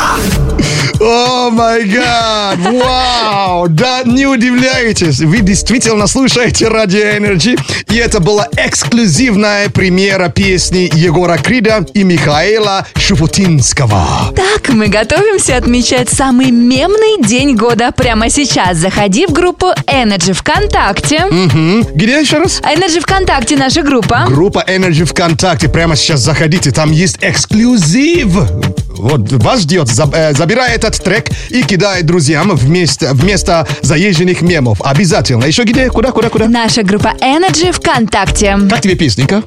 S1: О май гад, вау, да не удивляйтесь, вы действительно слушаете Радио Energy, и это была эксклюзивная премьера песни Егора Крида и Михаила Шуфутинского.
S3: Так, мы готовимся отмечать самый мемный день года прямо сейчас. Заходи в группу Energy ВКонтакте.
S1: Где еще раз?
S3: Energy ВКонтакте наша группа.
S1: Группа Energy ВКонтакте, прямо сейчас заходите, там есть эксклюзив. Вот вас ждет, За- э, забирай этот трек и кидай друзьям вместо, вместо заезженных мемов. Обязательно. Еще где? Куда, куда, куда?
S3: Наша группа Energy ВКонтакте.
S1: Как тебе а? песненька?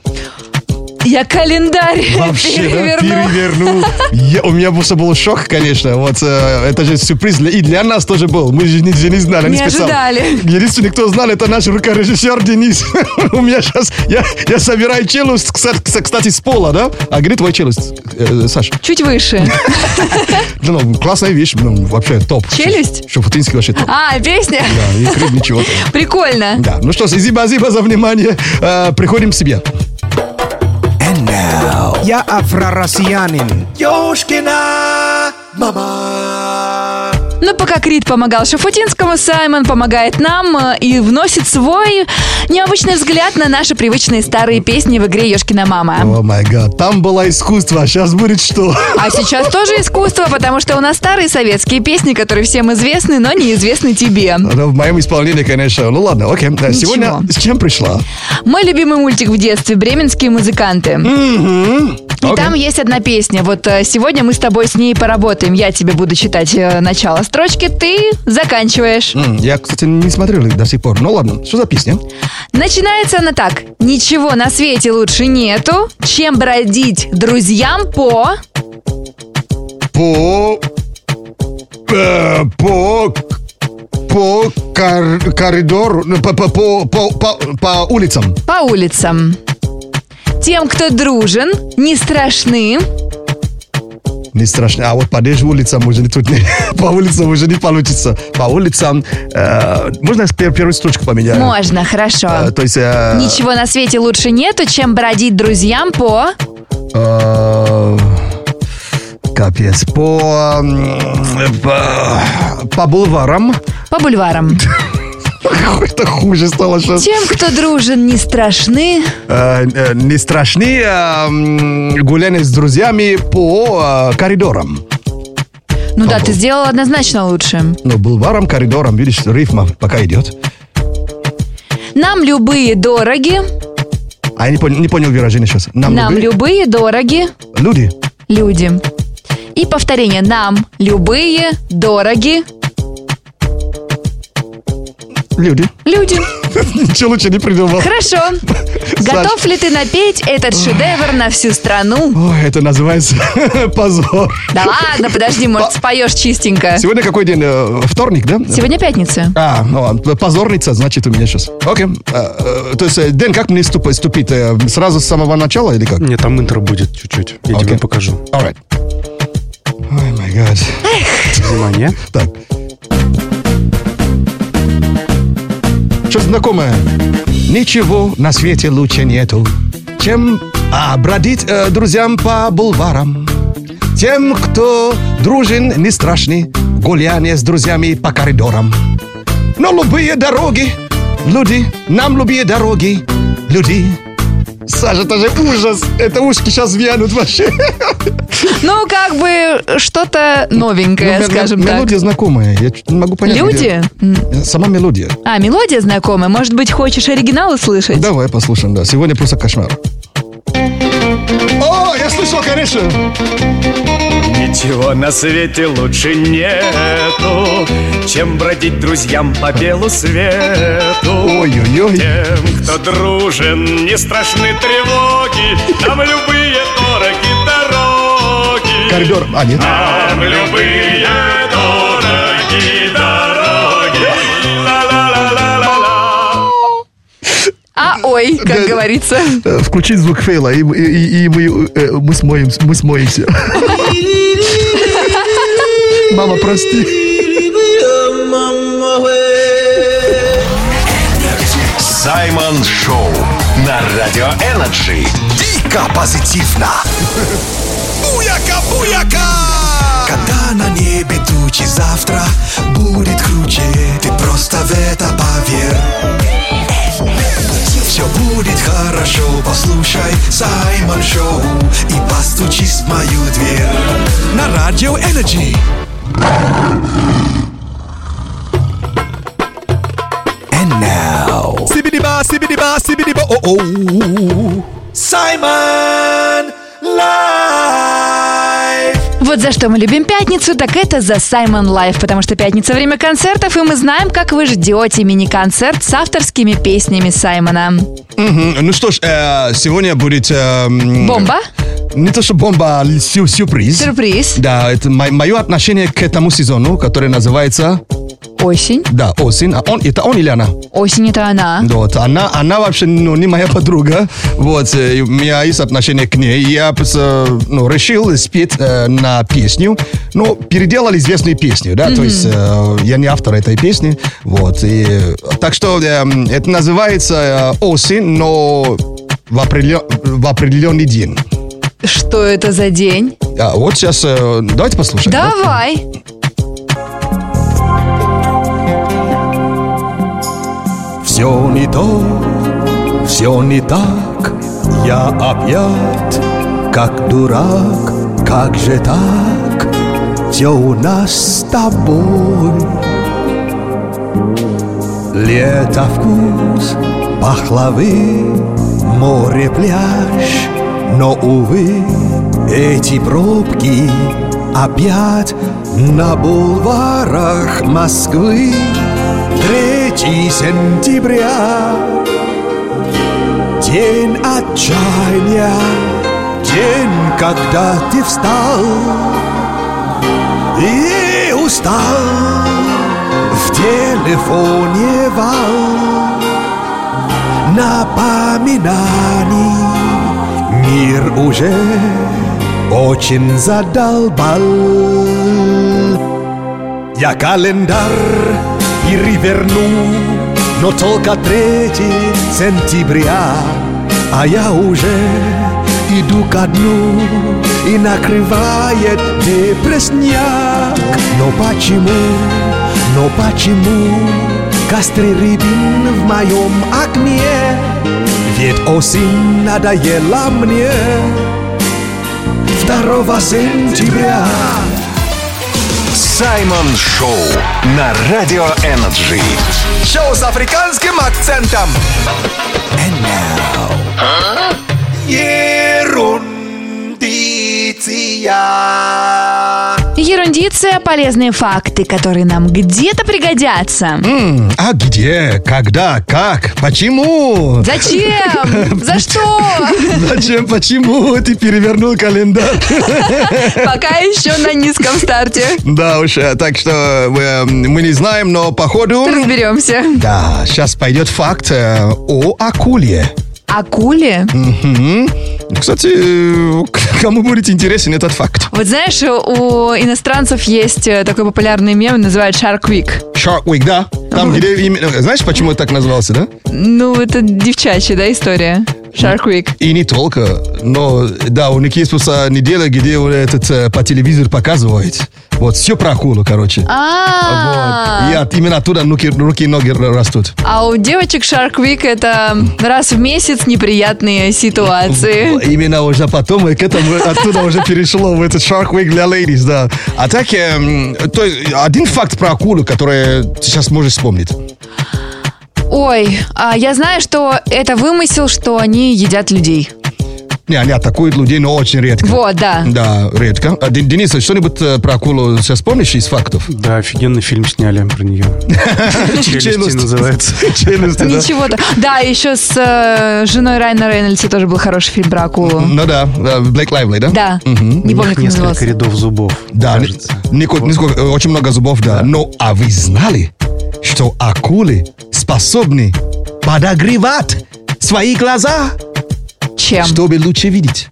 S3: Я календарь
S1: Вообще, да,
S3: переверну.
S1: перевернул. Я- у меня просто был шок, конечно. Вот э, это же сюрприз для- и для нас тоже был. Мы же не, же не знали,
S3: Не
S1: специально.
S3: ожидали.
S1: Единственный, кто знал, это наш рукорежиссер Денис. у меня сейчас я, я собираю челюсть, кстати, кстати, с пола, да? А где твоя челюсть, э, Саша?
S3: Чуть выше.
S1: Да, ну, классная вещь, ну, вообще топ.
S3: Челюсть?
S1: Шуфутинский вообще топ.
S3: А, песня?
S1: Да, и крыль ничего.
S3: Прикольно.
S1: Да, ну что ж, спасибо за внимание. Э, приходим к себе.
S17: Я афро-россиянин.
S12: Ёшкина мама.
S3: Но Ну, пока Крит помогал Шафутинскому, Саймон помогает нам э, и вносит свой необычный взгляд на наши привычные старые песни в игре «Ешкина мама».
S1: О май гад, там было искусство, а сейчас будет что?
S3: А сейчас тоже искусство, потому что у нас старые советские песни, которые всем известны, но неизвестны тебе.
S1: Ну, в моем исполнении, конечно. Ну ладно, окей. Да,
S3: Ничего.
S1: Сегодня с чем пришла?
S3: Мой любимый мультик в детстве «Бременские музыканты». И Ну, там есть одна песня. Вот э, сегодня мы с тобой с ней поработаем. Я тебе буду читать э, начало строчки, ты заканчиваешь.
S1: М, Я, кстати, не смотрел их до сих пор. Ну ладно, что за песня?
S3: Начинается она так. Ничего на свете лучше нету, чем бродить друзьям по...
S1: По... э, по... По кор- коридору, ну, по, по, по, по, по- по улицам.
S3: По улицам. Тем, кто дружен, не страшны.
S1: Не страшно. А вот по даже улицам уже не тут не, по улицам уже не получится. По улицам. э, можно я пер- первую строчку поменять?
S3: Можно, хорошо.
S1: Э, то есть. э,
S3: Ничего на свете лучше нету, чем бродить друзьям по...
S1: э, капец. По, м, по. По бульварам.
S3: По бульварам.
S1: Какой-то хуже стало сейчас.
S3: Тем, кто дружен, не страшны.
S1: Э, э, не страшны э, м, гуляния с друзьями по э, коридорам.
S3: Ну да, ты сделал однозначно лучше.
S1: Ну, бульварам, коридорам, видишь, рифма пока идет.
S3: Нам любые дороги.
S1: А я не понял, не понял выражение сейчас. Нам,
S3: Нам
S1: люби-
S3: любые дороги.
S1: люди.
S3: люди. И повторение нам любые дороги
S1: Люди.
S3: люди.
S1: Ничего лучше не придумал.
S3: Хорошо. Готов ли ты напеть этот шедевр на всю страну?
S1: Ой, это называется позор.
S3: Да ладно, подожди, может, споешь чистенько.
S1: Сегодня какой день? Э, Вторник, да?
S3: Сегодня пятница.
S1: А, ну ладно, позорница, значит, у меня сейчас. Окей. Э, э, То есть, э, Дэн, как мне ступ- ступить? Э, Сразу с самого начала или как?
S8: Нет, там интро будет чуть-чуть. Я тебе покажу.
S1: Alright. Ой, май гад.
S8: Внимание.
S1: Так. Что знакомое? Ничего на свете лучше нету, чем а, бродить э, друзьям по бульварам. Тем, кто дружен, не страшны гуляние с друзьями по коридорам. Но любые дороги, люди, нам любые дороги, люди. Саша, это же ужас. Это ушки сейчас вянут вообще.
S3: Ну, как бы что-то новенькое,
S1: Ну, мел-
S3: скажем
S1: мел-
S3: так.
S1: Мелодия знакомая. Я чуть не могу понять.
S3: Люди?
S1: где- Сама мелодия.
S3: А, мелодия знакомая. Может быть, хочешь оригинал услышать?
S1: Давай послушаем, да. Сегодня просто кошмар. О, я слышал, конечно.
S18: Ничего на свете лучше нету, чем бродить друзьям по белу свету.
S1: Ой-ой-ой.
S18: Тем, кто дружен, не страшны тревоги, нам любые дороги дороги.
S1: Коридор. А, нет.
S18: Нам любые дороги дороги.
S3: А, ой, как говорится.
S1: Э, Включи звук фейла, и, и- и мы, э, мы, смоем, мы смоемся. Мама, прости.
S5: Саймон Шоу на Радио Энерджи.
S13: Дико позитивно.
S12: Буяка, буяка! Когда на небе тучи завтра будет круче, ты просто в это поверь. Все будет хорошо, послушай Саймон Шоу и постучись в мою дверь. На Радио Энерджи.
S13: And now. Сибидиба, сибидиба, сибидиба, о-о. Саймон Лайф.
S3: Вот за что мы любим пятницу, так это за Саймон Лайф, потому что пятница – время концертов, и мы знаем, как вы ждете мини-концерт с авторскими песнями Саймона.
S1: Мгм. Ну что ж, э, сегодня будет... э, м,
S3: Бомба?
S1: Не то, что бомба, а сю- сюрприз.
S3: Сюрприз.
S1: Да, это мое отношение к этому сезону, который называется...
S3: Осень.
S1: Да, осень. А он, это он или она?
S3: Осень – это она.
S1: Вот, она, она вообще ну, не моя подруга. Вот, э, и у меня есть отношение к ней. Я просто, ну, решил спеть э, на песню. Ну, переделал известную песню, да, то есть э, я не автор этой песни. Вот, и, э, так что э, м, это называется э, осень, но в, определен- в определенный день.
S3: Что это за день?
S1: А, вот сейчас, э, давайте послушаем. да?
S3: Давай.
S13: Все не то, все не так, я опьят, как дурак, как же так, все у нас с тобой. Лето вкус, пахлавы, море пляж,
S2: Но, увы, эти пробки Опять на булварах Москвы 3 сентября День отчаяния День, когда ты встал И устал В телефоне вал Напоминаний Мир уже очень задолбал Я календарь переверну Но только 3 сентября А я уже иду ко дну И накрывает депрессняк Но почему, но почему Костры рябин в моем окне Ведь осень надоела мне 2 сентября
S5: Саймон Шоу на Радио Энерджи.
S2: Шоу с африканским акцентом. And now. Ерундиция.
S3: Ерундиция – полезные факты, которые нам где-то пригодятся.
S1: М, А где, когда, как, почему?
S3: Зачем? За что?
S1: Зачем, почему ты перевернул календарь?
S3: Пока еще на низком старте.
S1: Да уж, э, так что э, мы не знаем, но походу...
S3: Разберемся.
S1: Да, сейчас пойдет факт э, о акуле.
S3: Акули?
S1: Мгм. Кстати, э, к- кому будет интересен этот факт?
S3: Вот знаешь, у иностранцев есть э, такой популярный мем, называют Shark Week.
S1: Shark Week, да? Там, где именно... Знаешь, почему так назвался, да?
S3: Ну, это девчачья, да, история? Shark Week.
S1: И не только. Но, да, у них есть просто неделя, где он этот э, по телевизору показывает. Вот, все про акулу, короче.
S3: А.
S1: И от- именно оттуда руки, руки и ноги р- растут.
S3: А у девочек Shark Week это раз в месяц неприятные ситуации.
S1: Именно уже потом, и к этому оттуда уже перешло в этот Shark Week для ladies, да. А так, эм, то есть, один факт про акулу, который ты сейчас можешь вспомнить.
S3: Ой, а я знаю, что это вымысел, что они едят людей.
S1: Не, они атакуют людей, но очень редко.
S3: Вот, да.
S1: Да, редко. А, Ден- Денис, а что-нибудь э, про акулу сейчас помнишь из фактов?
S6: Да, Э, офигенный фильм сняли про нее. Челюсти называется.
S1: Челюсти, да.
S3: Ничего-то. Да, еще с э, женой Райана Рейнольдса тоже был хороший фильм про акулу.
S1: Ну да, да, Блэк Лайвли, да?
S3: Да.
S1: Мгм.
S3: Не помню, как назывался.
S6: рядов Э, зубов.
S1: Да, ни- нико- нисколько- э, очень много зубов, да. Но а вы знали, что акулы способны подогревать свои глаза?
S3: Чем?
S1: Чтобы лучше видеть.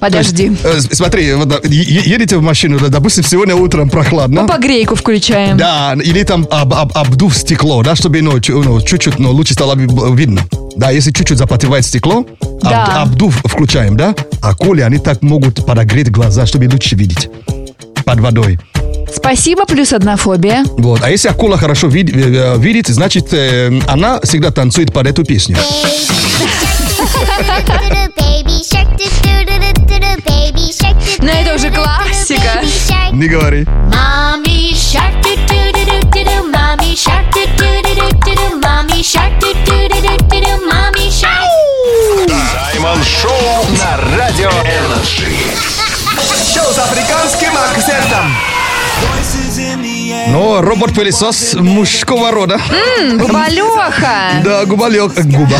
S3: Подожди.
S1: Э, с- Смотри, вот, да, е- е- едете в машину, да, допустим, сегодня утром
S3: Ну,
S1: прохладно.
S3: Погрейку включаем.
S1: Да, или там об- об- обдув стекло, да, чтобы ну, чу- ну, чуть-чуть, но лучше стало ви- видно. Да, если чуть-чуть запотевает стекло, об-
S3: Да.
S1: обдув включаем, да? А коли они так могут подогреть глаза, чтобы лучше видеть под водой.
S3: Спасибо, плюс одна фобия.
S1: Вот. А если акула хорошо вид- э, э, видит, значит, э, она всегда танцует под эту песню.
S3: Но Ну, это уже классика.
S1: Не говори.
S13: Mommy shark do do do do do do mommy shark do do do do do do mommy shark do do do do do do mommy shark
S5: Саймон Шоу на Радио Энерджи.
S2: Шоу с африканским акцентом.
S1: Но робот-пылесос мужского рода.
S3: М, Бубалеха.
S1: Да, губалек. Губа.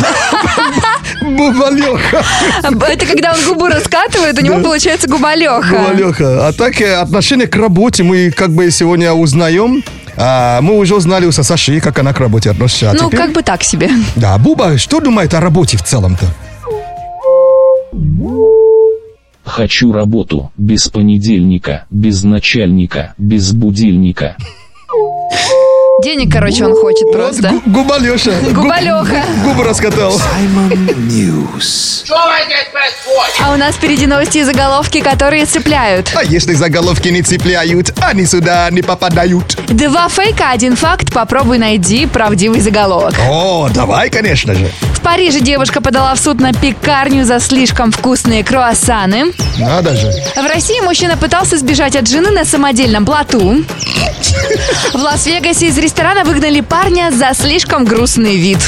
S1: Бубалеха.
S3: Это когда он губу раскатывает, у него
S1: Да.
S3: получается губалеха.
S1: Леха, а так э, отношение к работе мы как бы сегодня узнаем. А, мы уже узнали у Саши, как она к работе относится. А
S3: Ну,
S1: теперь-
S3: как бы так себе.
S1: Да, Буба, что думает о работе в целом-то?
S19: Хочу работу, без понедельника, без начальника, без будильника.
S3: Денег, короче, он хочет просто.
S1: Губа Леша.
S3: Губалеха.
S1: Губы раскатал.
S3: А у нас впереди новости и заголовки, которые цепляют.
S1: А если заголовки не цепляют, они сюда не попадают.
S3: Два фейка, один факт. Попробуй найди правдивый заголовок.
S1: О, давай, конечно же.
S3: В Париже девушка подала в суд на пекарню за слишком вкусные круассаны.
S1: Надо же.
S3: В России мужчина пытался сбежать от жены на самодельном плоту. В Лас-Вегасе из ресторана выгнали парня за слишком грустный вид.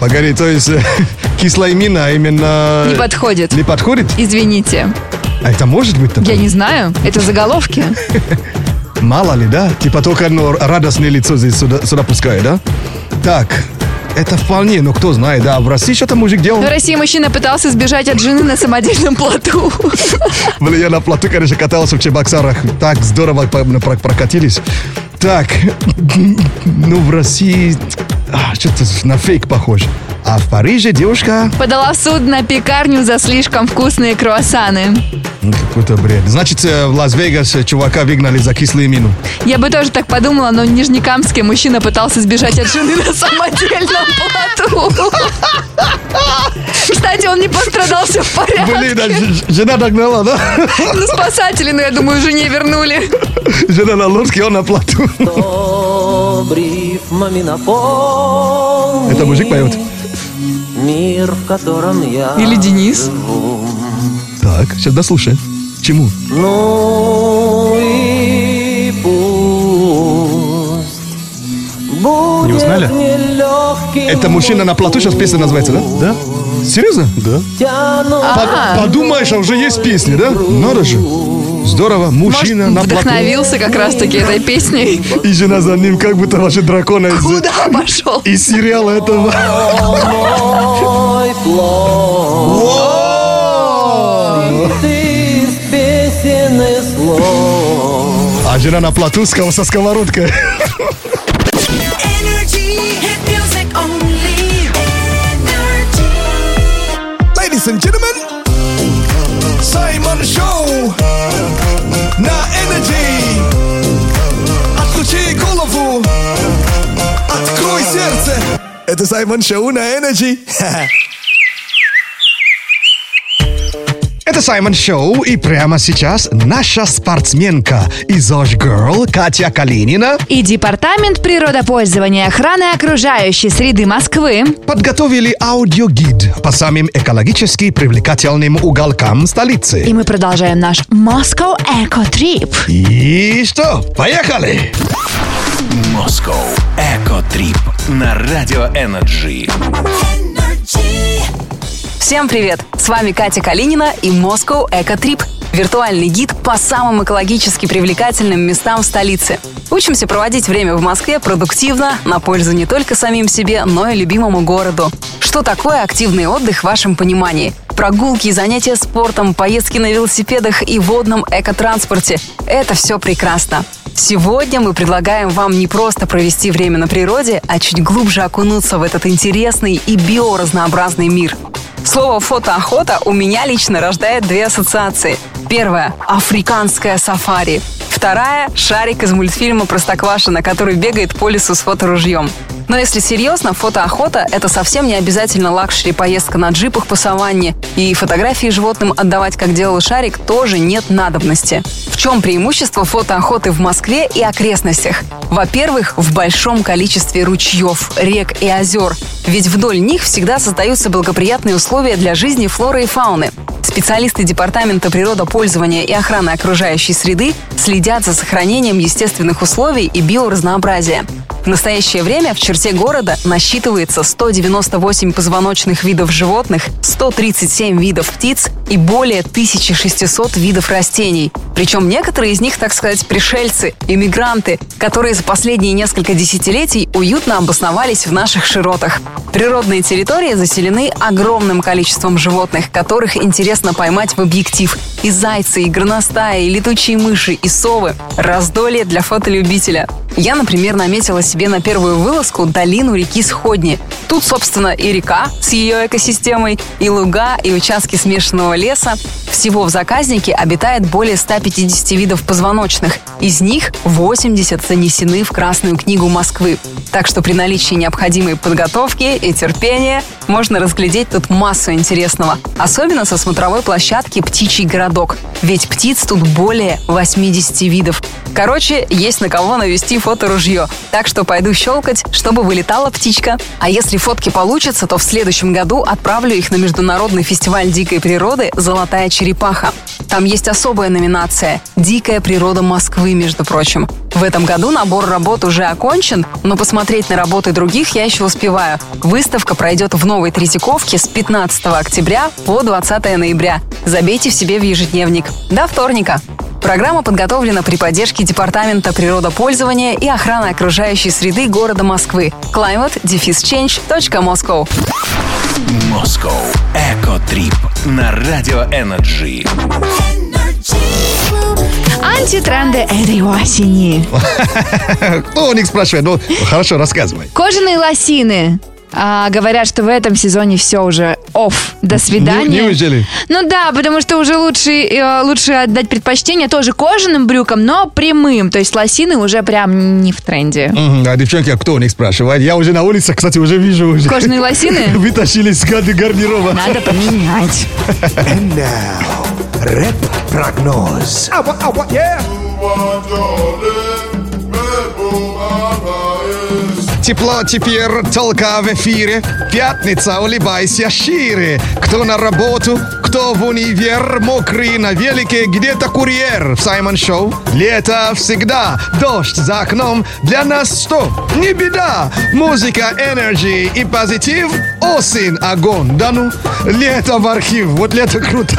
S1: Погоди, то есть э, кислая мина именно...
S3: Не подходит.
S1: Не подходит?
S3: Извините.
S1: А это может быть такое?
S3: Я не знаю. Это заголовки.
S1: Мало ли, да? Типа только одно радостное лицо здесь сюда, сюда пускай, да? Так, это вполне, но кто знает, да, в России что-то мужик делал.
S3: В России мужчина пытался сбежать от жены на самодельном плоту.
S1: Блин, я на плоту, конечно, катался в Чебоксарах. Так здорово по- на- прок- прокатились. Так, ну в России а, что-то на фейк похоже. А в Париже девушка
S3: Подала в суд на пекарню за слишком вкусные круассаны.
S1: Ну, Какой-то бред. Значит, э, в Лас-Вегас э, чувака выгнали за кислую мину.
S3: Я бы тоже так подумала, но в Нижнекамске мужчина пытался сбежать от жены на самодельном плоту. Кстати, он не пострадал, все в порядке.
S1: Блин, а ж- ж- жена догнала, да?
S3: Ну, спасатели, но я думаю, жене вернули.
S1: Жена на лодке, он на плоту.
S20: Обрив маме напомни
S1: Это мужик поет.
S20: Мир, в котором я
S1: Или Денис.
S20: живу.
S1: Так, сейчас дослушаем. Чему?
S20: Ну и пусть Будет
S1: Не узнали?
S20: нелегким
S1: Это мужчина на плоту сейчас песня называется, да? Да. Серьезно? Да.
S20: тянуть
S1: Подумаешь, а уже есть песни, да? Надо же. Здорово, мужчина на плоту.
S3: Вдохновился как раз-таки этой песней.
S1: И жена за ним как будто вообще дракона из...
S3: Куда пошел?
S1: Из сериала этого.
S20: мой плод И ты из песен и слов
S1: А жена на плоту с кого- со сковородкой.
S13: Ladies and gentlemen, Саймон Шоу на Energy. Отключи голову, открой сердце. Это Саймон Шоу на Energy.
S1: Это Саймон Шоу, и прямо сейчас наша спортсменка из Osh Girl Катя Калинина
S3: И Департамент природопользования и охраны окружающей среды Москвы
S1: подготовили аудиогид по самым экологически привлекательным уголкам
S3: И
S1: столицы.
S3: мы продолжаем наш Moscow Eco Trip.
S1: И что, поехали!
S5: Москоу. Эко-трип на Радио Энерджи.
S21: Всем привет! С вами Катя Калинина и Moscow Eco Trip. Виртуальный гид по самым экологически привлекательным местам столицы. Учимся проводить время в Москве продуктивно, на пользу не только самим себе, но и любимому городу. Что такое активный отдых в вашем понимании? Прогулки, занятия спортом, поездки на велосипедах и водном экотранспорте – это все прекрасно. Сегодня мы предлагаем вам не просто провести время на природе, а чуть глубже окунуться в этот интересный и биоразнообразный мир. Слово «фотоохота» у меня лично рождает две ассоциации. Первая – африканское сафари. Вторая – шарик из мультфильма «Простоквашина», который бегает по лесу с фоторужьем. Но если серьезно, фотоохота – это совсем не обязательно лакшери поездка на джипах по саванне, и фотографии животным отдавать, как делал шарик, тоже нет надобности. В чем преимущество фотоохоты в Москве и окрестностях? Во-первых, в большом количестве ручьев, рек и озер, ведь вдоль них всегда создаются благоприятные условия для жизни флоры и фауны. Специалисты Департамента природопользования и охраны окружающей среды следят за сохранением естественных условий и биоразнообразия. В настоящее время в черте города насчитывается 198 позвоночных видов животных, 137 видов птиц и более 1600 видов растений. Причем некоторые из них, так сказать, пришельцы, иммигранты, которые за последние несколько десятилетий уютно обосновались в наших широтах. Природные территории заселены огромным количеством животных, которых интересно поймать в объектив. И зайцы, и горностаи, и летучие мыши, и совы. Раздолье для фотолюбителя. Я, например, наметила себе на первую вылазку долину реки Сходни. Тут, собственно, и река с ее экосистемой, и луга, и участки смешанного леса. Всего в заказнике обитает более 150 видов позвоночных. Из них 80 занесены в Красную книгу Москвы. Так что при наличии необходимой подготовки и терпения можно разглядеть тут массу интересного. Особенно со смотровой площадки «Птичий городок». Ведь птиц тут более 80 видов. Короче, есть на кого навести фоторужье. Так что пойду щелкать, чтобы вылетала птичка. А если фотки получатся, то в следующем году отправлю их на Международный фестиваль дикой природы «Золотая черепаха». Там есть особая номинация «Дикая природа Москвы», между прочим. В этом году набор работ уже окончен, но посмотреть на работы других я еще успеваю. Выставка пройдет в Новой Третьяковке с 15 октября по 20 ноября. Забейте в себе в ежедневник. До вторника! Программа подготовлена при поддержке Департамента природопользования и охраны окружающей среды города Москвы. climate-change.moscow
S5: Moscow Eco Trip на радио Energy.
S3: Антитренды этой осени.
S1: Кто у них спрашивает? Ну, хорошо, рассказывай.
S3: Кожаные лосины. А, говорят, что в этом сезоне все уже офф. До свидания.
S1: Не- неужели?
S3: Ну да, потому что уже лучше, э, лучше отдать предпочтение тоже кожаным брюкам, но прямым. То есть лосины уже прям не в тренде.
S1: Мгм, А девчонки, а кто у них спрашивает? Я уже на улице, кстати, уже вижу. Уже.
S3: Кожаные лосины?
S1: Вытащились из гар- гардероба.
S3: Надо поменять.
S2: Прогноз.
S1: Тепло теперь только в эфире. Пятница, улыбайся шире. Кто на работу, кто в универ. Мокрый на велике, где-то курьер. В Саймон Шоу. Лето всегда. Дождь за окном. Для нас что? Не беда. Музыка, энергии и позитив. Осень, огонь. Да ну. Лето в архив. Вот лето круто.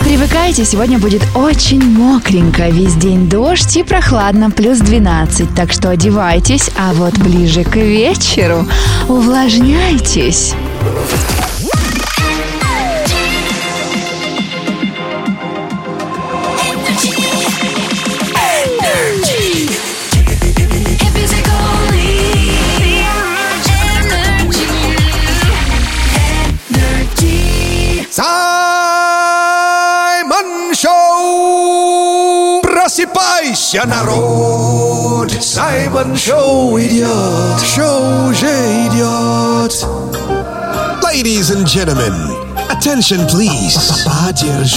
S3: Привыкайте, сегодня будет очень мокренько, весь день дождь и прохладно, плюс 12, так что одевайтесь, а вот ближе к вечеру увлажняйтесь.
S2: Саймон Шоу! Просыпайся, народ! Саймон Шоу идет! Шоу уже идет! Ladies and gentlemen, attention please!
S12: Поддержи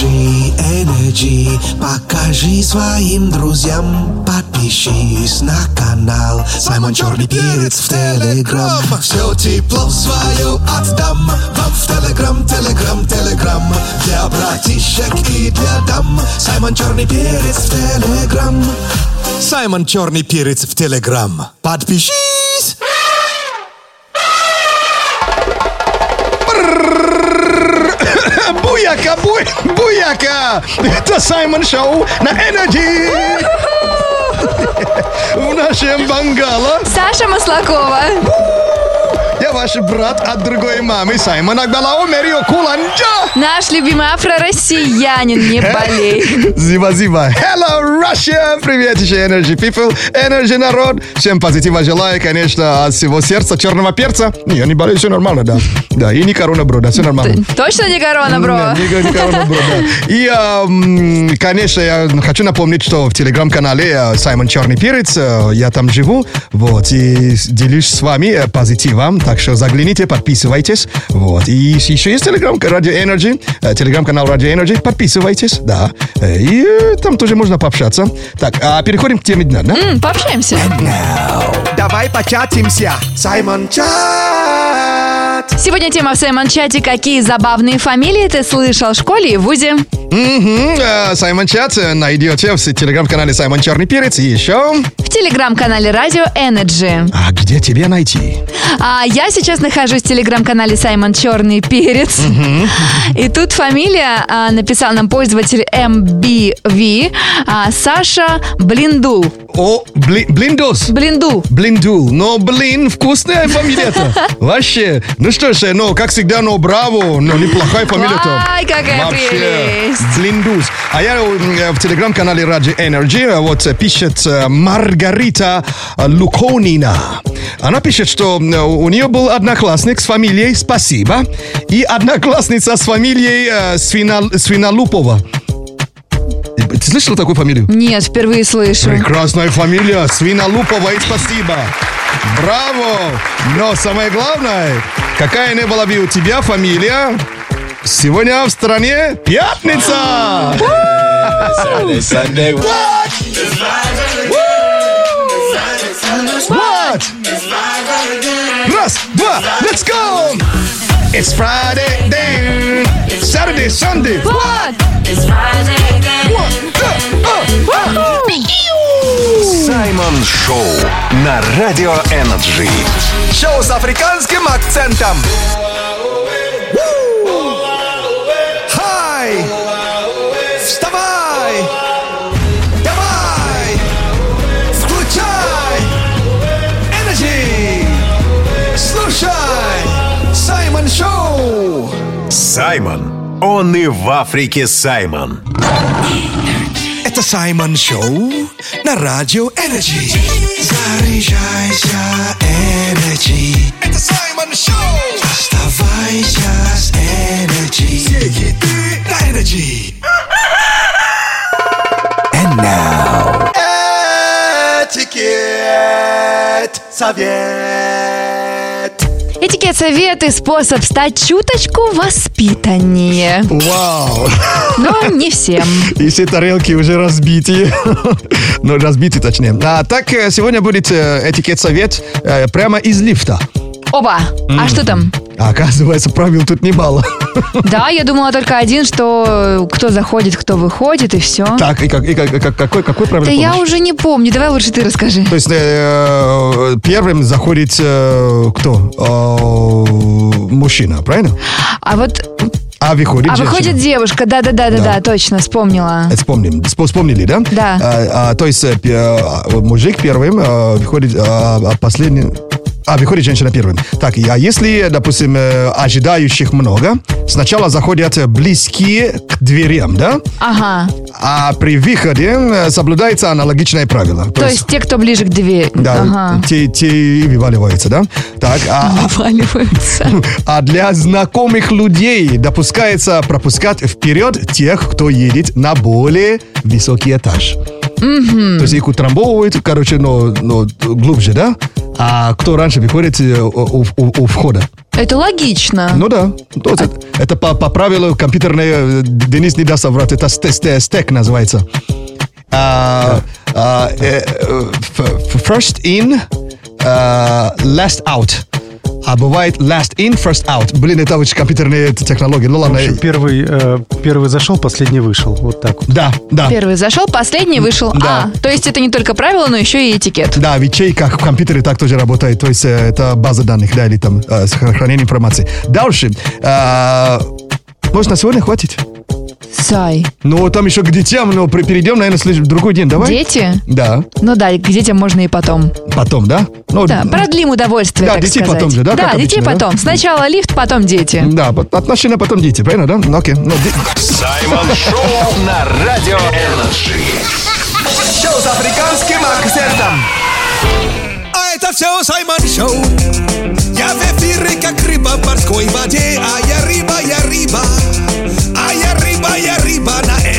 S12: Energy, покажи своим друзьям, подпишись на канал. Саймон Черный Перец в Телеграм.
S2: Все тепло свое отдам вам в Телеграм, Телеграм, Телеграм. Для братишек и для дам. Саймон Черный Перец в Телеграм. Саймон Черный Перец в Телеграм. Подпишись!
S1: Буяка, буй, буяка! Это Саймон Шоу на Энерджи! В нашем Бангала
S3: Саша Маслакова.
S1: я ваш брат от другой мамы Саймон Акбалао Мерио Куланджа!
S3: Наш любимый афро-россиянин, не болей.
S1: Зива, зива. Hello, Russia! Привет еще, Energy People, Energy народ. Всем позитива желаю, конечно, от всего сердца черного перца. Не, я не болею, все нормально, да. Да, и не корона, бро, да, все нормально.
S3: Точно не корона, бро?
S1: Не, не- не корона, бро, да. И, а, м, конечно, я хочу напомнить, что в телеграм-канале э, Саймон Черный Перец, э, я там живу, вот, и с- делюсь с вами э, позитивом, так что загляните, подписывайтесь, вот. И с- еще есть телеграм Радио Energy, э, телеграм-канал Радио Energy, подписывайтесь, да. Э, И э, там тоже можно пообщаться. Так, а переходим к теме дня, да?
S3: М, Пообщаемся.
S17: Давай початимся.
S2: Саймон Чат!
S3: Сегодня тема в Саймон Чате. Какие забавные фамилии ты слышал в школе и в ВУЗе?
S1: Мгм, э, Саймон Чат э, найдете в с- телеграм-канале Саймон Черный Перец и еще...
S3: В телеграм-канале Радио Energy.
S1: А где тебя найти?
S3: А я сейчас нахожусь в телеграм-канале Саймон Черный Перец. И тут фамилия а, написал нам пользователь MBV а, Саша Блиндул.
S1: О, бли, блиндос.
S3: Блинду.
S1: Блиндул. Но, блин, вкусная фамилия-то. Вообще. Ну что ж, э, ну, как всегда, ну, браво, но неплохая фамилия-то.
S3: Ай, какая прелесть.
S1: Блиндус. А я э, в телеграм-канале Раджи Energy э, вот э, пишет э, Маргарита э, Луконина. Она пишет, что э, у нее был одноклассник с фамилией Спасибо и одноклассница с фамилией э, Свина- Свинолупова. Э, Ты слышала такую фамилию?
S3: Нет, впервые слышу.
S1: Прекрасная фамилия. Свинолупова и спасибо. Браво! Но самое главное, какая не была бы у тебя фамилия, сегодня в стране пятница! What? What? Раз, два, let's go! It's Friday day, Saturday, Sunday, what?
S5: Саймон Шоу на Радио Энерджи.
S17: Шоу с африканским акцентом.
S13: Хай! Вставай! Давай! Включай! Энерджи! Слушай! Саймон Шоу!
S5: Саймон. Он и в Африке Саймон.
S12: Это Саймон Шоу на Радио Энерджи. Заряжайся, Энерджи. Это Саймон Шоу. Оставайся с Энерджи. Все хиты на Энерджи.
S2: And now.
S12: Этикет. Совет.
S3: Этикет совет и способ стать чуточку воспитаннее.
S1: Вау!
S3: Но не всем.
S1: И все тарелки уже разбиты. Ну, разбиты точнее. А так, э, сегодня будет э, этикет-совет э, прямо из лифта.
S3: Оба, а
S1: М.
S3: что там?
S1: А Оказывается, правил тут немало.
S3: Да, я думала только один, что кто заходит, кто выходит, и все.
S1: Так, и, как, и как- как- какой, какой правил?
S3: Да я
S1: помнишь?
S3: уже не помню, давай лучше ты расскажи.
S1: То есть э, первым заходит э, кто? Э, мужчина, правильно?
S3: А вот,
S1: А выходит
S3: а
S1: женщина.
S3: выходит девушка, да-да-да-да-да, точно, вспомнила.
S1: Это Э, вспомним. Спо- Вспомнили, да?
S3: Да.
S1: А, а, то есть э, пе- а, мужик первым а, выходит, а, а последний... А, выходит женщина первым. Так, и- а если, допустим, э, ожидающих много, сначала заходят э, близкие к дверям, да?
S3: Ага,
S1: А при выходе э, соблюдается аналогичное правило.
S3: то, есть те, кто ближе к двери.
S1: Да,
S3: Ага.
S1: те, те и вываливаются, да? Так, а, А для знакомых людей допускается пропускать вперед тех, кто едет на более высокий этаж.
S3: Мгм.
S1: То есть их утрамбовывают, короче, но, но глубже, да? А кто раньше выходит э, у, у- у входа?
S3: Это логично.
S1: Ну да. То есть Это по, по правилу компьютерное, э, Денис не даст соврать, это сте- сте- стек называется. А, а, э, э, f- first in, э, last out. А бывает last in, first out. Блин, это очень компьютерные т- технологии. Ну
S8: В
S1: ладно.
S8: общем, первый, э, первый зашел, последний вышел. Вот так вот.
S1: Да, да.
S3: Первый зашел, последний вышел.
S1: А. Да.
S3: А, то есть это не только правило, но еще и этикет.
S1: Да, в ячейках в компьютере так тоже работает. То есть э, это база данных, да, или там э, сохра- хранение информации. Дальше. э, может, на сегодня хватит?
S3: Сай.
S1: Ну, там еще к детям, но при- перейдем, наверное, в следующий- в другой день. Давай.
S3: Дети?
S1: Да.
S3: Ну да, к детям можно и потом.
S1: Потом, да? Ну,
S3: Да, продлим удовольствие,
S1: Да,
S3: так
S1: детей
S3: сказать.
S1: потом же, да, как
S3: детей
S1: обычно, да?
S3: потом. Сначала лифт, потом дети.
S1: Да, по- отношения потом дети, правильно, да? Ну, окей. Ну, де-
S5: Саймон Шоу на Радио Энерджи.
S17: Шоу с африканским акцентом.
S12: А это все Саймон Шоу. Я в эфире, как рыба в морской воде. А я рыба, я рыба. А я рыба, я рыба на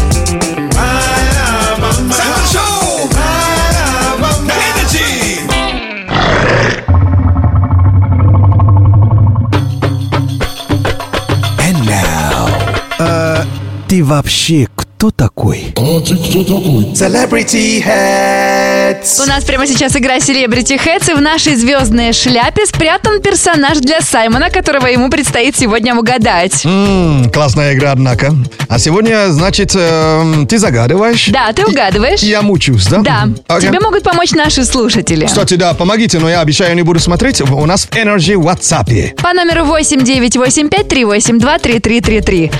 S12: Саймон Шоу. Энерджи.
S2: And now. Э, ты вообще кто такой? А ты кто такой?
S17: Celebrity Heads.
S3: У нас прямо сейчас игра Celebrity Heads, и в нашей звездной шляпе спрятан персонаж для Саймона, которого ему предстоит сегодня угадать.
S1: М, классная игра, однако. А сегодня, значит, эм, ты загадываешь?
S3: Да, ты угадываешь.
S1: Я мучусь, да?
S3: Да.
S1: Окей.
S3: Тебе могут помочь наши слушатели.
S1: Кстати, да, помогите, но я обещаю, не буду смотреть. У нас в Energy WhatsApp. Э,
S3: По номеру 89853823333.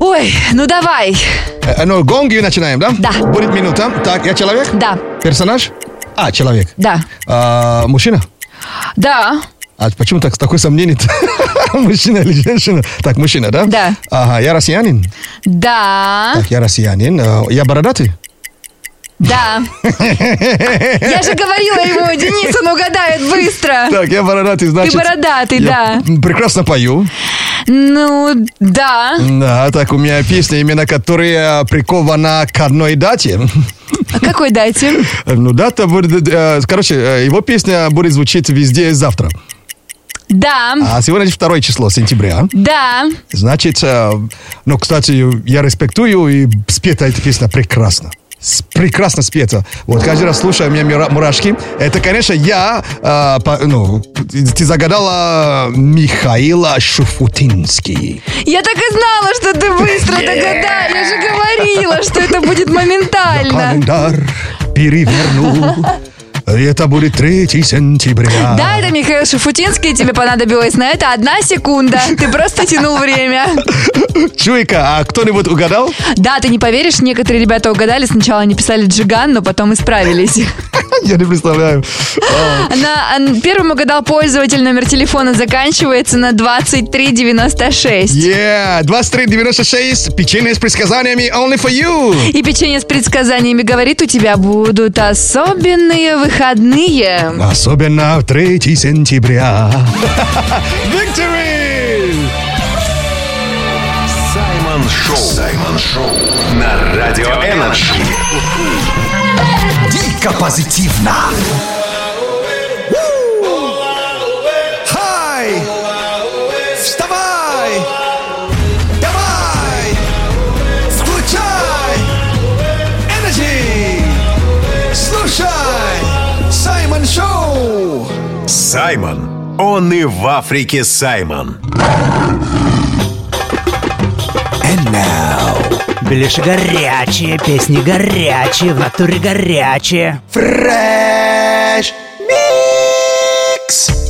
S3: Ой, ну давай.
S1: Э, Ну, гонги начинаем, да?
S3: Да.
S1: Будет минута. Так, я человек?
S3: Да,
S1: Персонаж? А, человек.
S3: да,
S1: А, мужчина?
S3: да.
S1: А почему так, такое сомнение Мужчина или женщина? Так, мужчина, да?
S3: Да.
S1: Ага, я россиянин?
S3: Да,
S1: Так, я россиянин. Э, Я бородатый?
S3: да. Я же говорила ему, Денис, он угадает быстро.
S1: Так, я бородатый, значит...
S3: бородатый,
S1: я
S3: да.
S1: п- прекрасно пою.
S3: Ну, да.
S1: Да, так, у меня песня, именно которая прикована к одной дате.
S3: А какой дайте?
S1: Ну, дата будет... э, Короче, э, его песня будет звучить везде завтра.
S3: Да,
S1: А сегодня второе число сентября.
S3: да.
S1: Значит, э, ну, кстати, я респектую, и спета эта песня прекрасно. с- прекрасно спета. Вот каждый раз слушаю, у меня мира- мурашки. Это, конечно, я, э, по- ну, ты загадала Михаила Шуфутинский.
S3: Я так и знала, что ты быстро догадалась. Я же говорила, что это будет моментально.
S1: Календарь перевернул. Это будет 3 сентября.
S3: Да, это Михаил Шафутинский, тебе понадобилось на это одна секунда. Ты просто тянул время.
S1: Чуйка, а кто-нибудь угадал?
S3: Да, ты не поверишь, некоторые ребята угадали. Сначала они писали Джиган, но потом исправились.
S1: Я не представляю.
S3: На, ан- первым угадал пользователь, номер телефона заканчивается на 2396.
S1: Yeah, 2396, печенье с предсказаниями only for you.
S3: И печенье с предсказаниями говорит, у тебя будут особенные выходные.
S1: Особенно в 3 сентября. Victory!
S5: Саймон Шоу. Саймон Шоу на Радио Энерджи.
S17: Дико позитивно.
S13: Хай! Вставай! Давай! Включай! Энерджи! Слушай! Саймон Шоу!
S5: Саймон. Он и в Африке Саймон.
S4: Ближе горячие, песни горячие, в натуре горячие.
S17: Фрэш!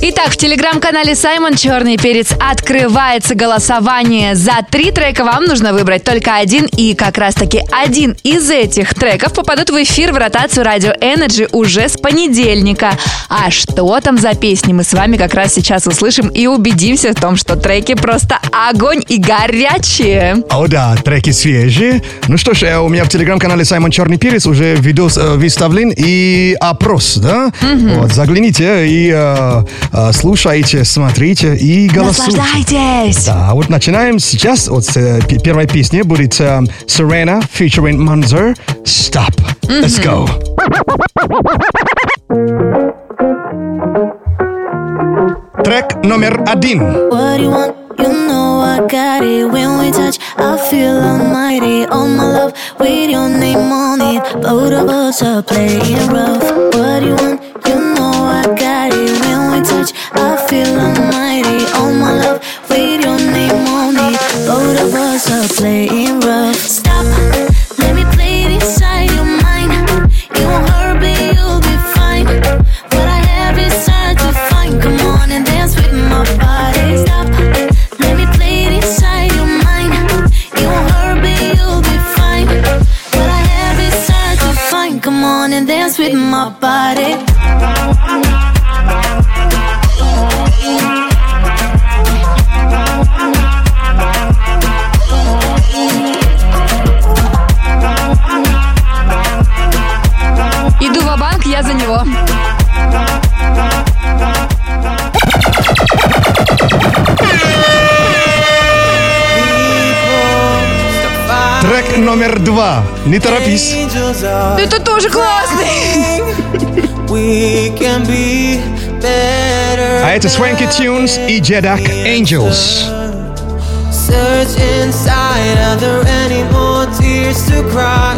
S3: Итак, в телеграм-канале Саймон Черный Перец открывается голосование. За три трека вам нужно выбрать только один. И как раз-таки один из этих треков попадут в эфир в ротацию Радио Energy уже с понедельника. А что там за песни, мы с вами как раз сейчас услышим и убедимся в том, что треки просто огонь и горячие.
S1: О А да, треки свежие. Ну что ж, э, у меня в телеграм-канале Саймон Черный Перец уже видос э, выставлен и опрос, да? Вот, загляните и э, э, слушайте, смотрите и голосуйте.
S3: Наслаждайтесь!
S1: Да, вот начинаем сейчас. Вот с э, пе- первой песни будет э, Serena featuring Manzer Stop. Let's go. Трек номер один.
S6: What do you want? You know I got it. When we touch, I feel almighty. All my love with your name on it. Both of us are playing rough. What do you want? You know I got it. When we touch, I feel almighty. All my love with your name on it. Both of us are playing rough. Stop. Let me play it inside your mind. It won't hurt, but you'll be fine. What I have is hard to find. Come on and dance with my body. Stop. Let me play it inside your mind. It won't hurt, but you'll be fine. What I have is hard to find. Come on and dance with my body.
S3: Иду в банк я за него.
S1: Трек номер два. Не торопись.
S3: Это тоже классный.
S1: А это Swanky Tunes и Jedak Angels.
S4: Search inside, are there any more tears to cry?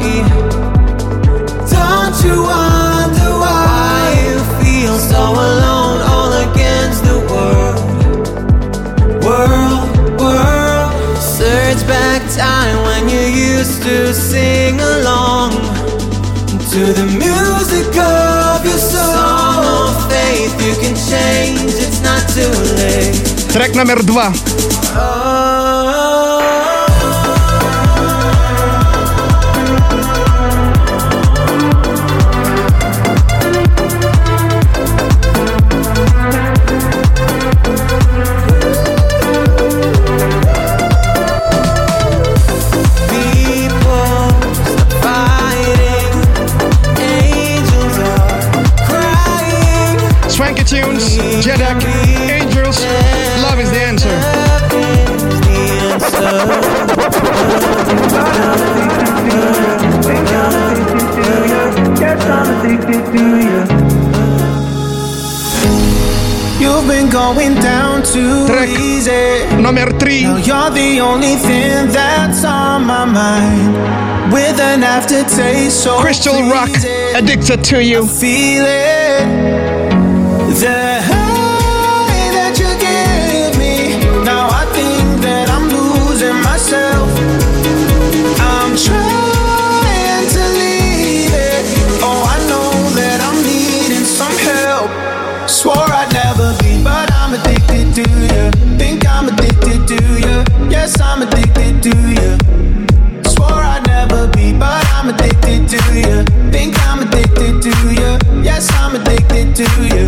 S4: Don't you wonder why you feel so alone, all against the world? World, world. Search back time when you used to sing along to the music of your song. Of faith, you can change, it's not too late.
S1: Трек номер два.
S4: oh,
S1: Swanky Tunes, Jedak Angels. Love is the answer.
S4: You've been going down too
S1: Трек
S4: easy.
S1: номер три.
S4: Now you're the only thing that's on my mind. With an aftertaste so
S1: Crystal Rock, addicted to you.
S4: feel it. The high that you give me. Now I think that I'm losing myself. I'm trying to leave it. Oh, I know that I'm needing some help. Swore I'd never be, but I'm addicted to you. Think I'm addicted to you. Yes, I'm addicted to you. Swore I'd never be, but I'm addicted to you. Think I'm addicted to you. Yes, I'm addicted to you.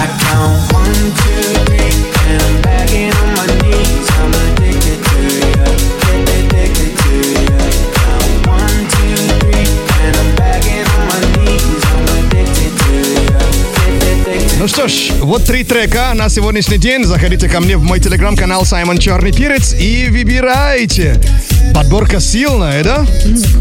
S4: I count one, two, three, and I'm begging on my knees. I'm addicted to you. Addicted to you. Count one, two, three, and I'm begging on my knees. I'm addicted to you. Addicted
S1: Ну что ж, вот три трека на сегодняшний день. Заходите ко мне в мой телеграм-канал Саймон Черный Перец и выбирайте. Подборка сильная, да?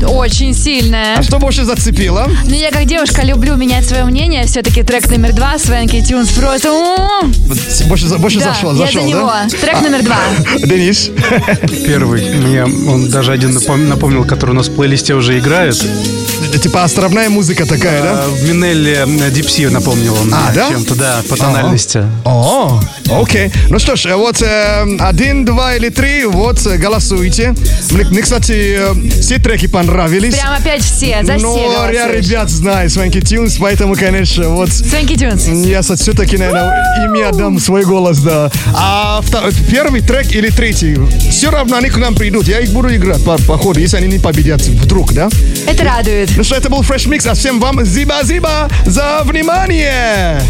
S3: Очень сильная.
S1: А что больше зацепило?
S3: Ну, я как девушка люблю менять свое мнение. Все-таки трек номер два, Свенки Тюнс, просто... м.
S1: Вот Больше, за- больше
S3: Да,
S1: зашло,
S3: я
S1: зашел,
S3: за него.
S1: да?
S3: Трек номер два.
S1: Денис?
S8: Первый. Мне он даже один напом- напомнил, который у нас в плейлисте уже играет.
S1: Типа островная музыка такая, да?
S8: А, Минелли Дипси напомнил он
S1: А,
S8: мне
S1: да?
S8: чем-то, да, по тональности.
S1: О, окей. Ну что ж, э, вот э, один, два или три, вот э, голосуйте. Мне, мне, кстати, э, все треки понравились.
S3: Прям опять все, за
S1: Но
S3: все
S1: Ну, я
S3: голосуешь.
S1: ребят знаю Свенки Тюнс, поэтому, конечно, вот...
S3: Свенки Тюнс.
S1: Я все-таки, наверное, им я дам свой голос, да. А вто- первый трек или третий, все равно они к нам придут. Я их буду играть по, по ходу, если они не победят вдруг, да?
S3: Это радует.
S1: Ну что, это был Fresh Mix, а всем вам зиба-зиба за внимание!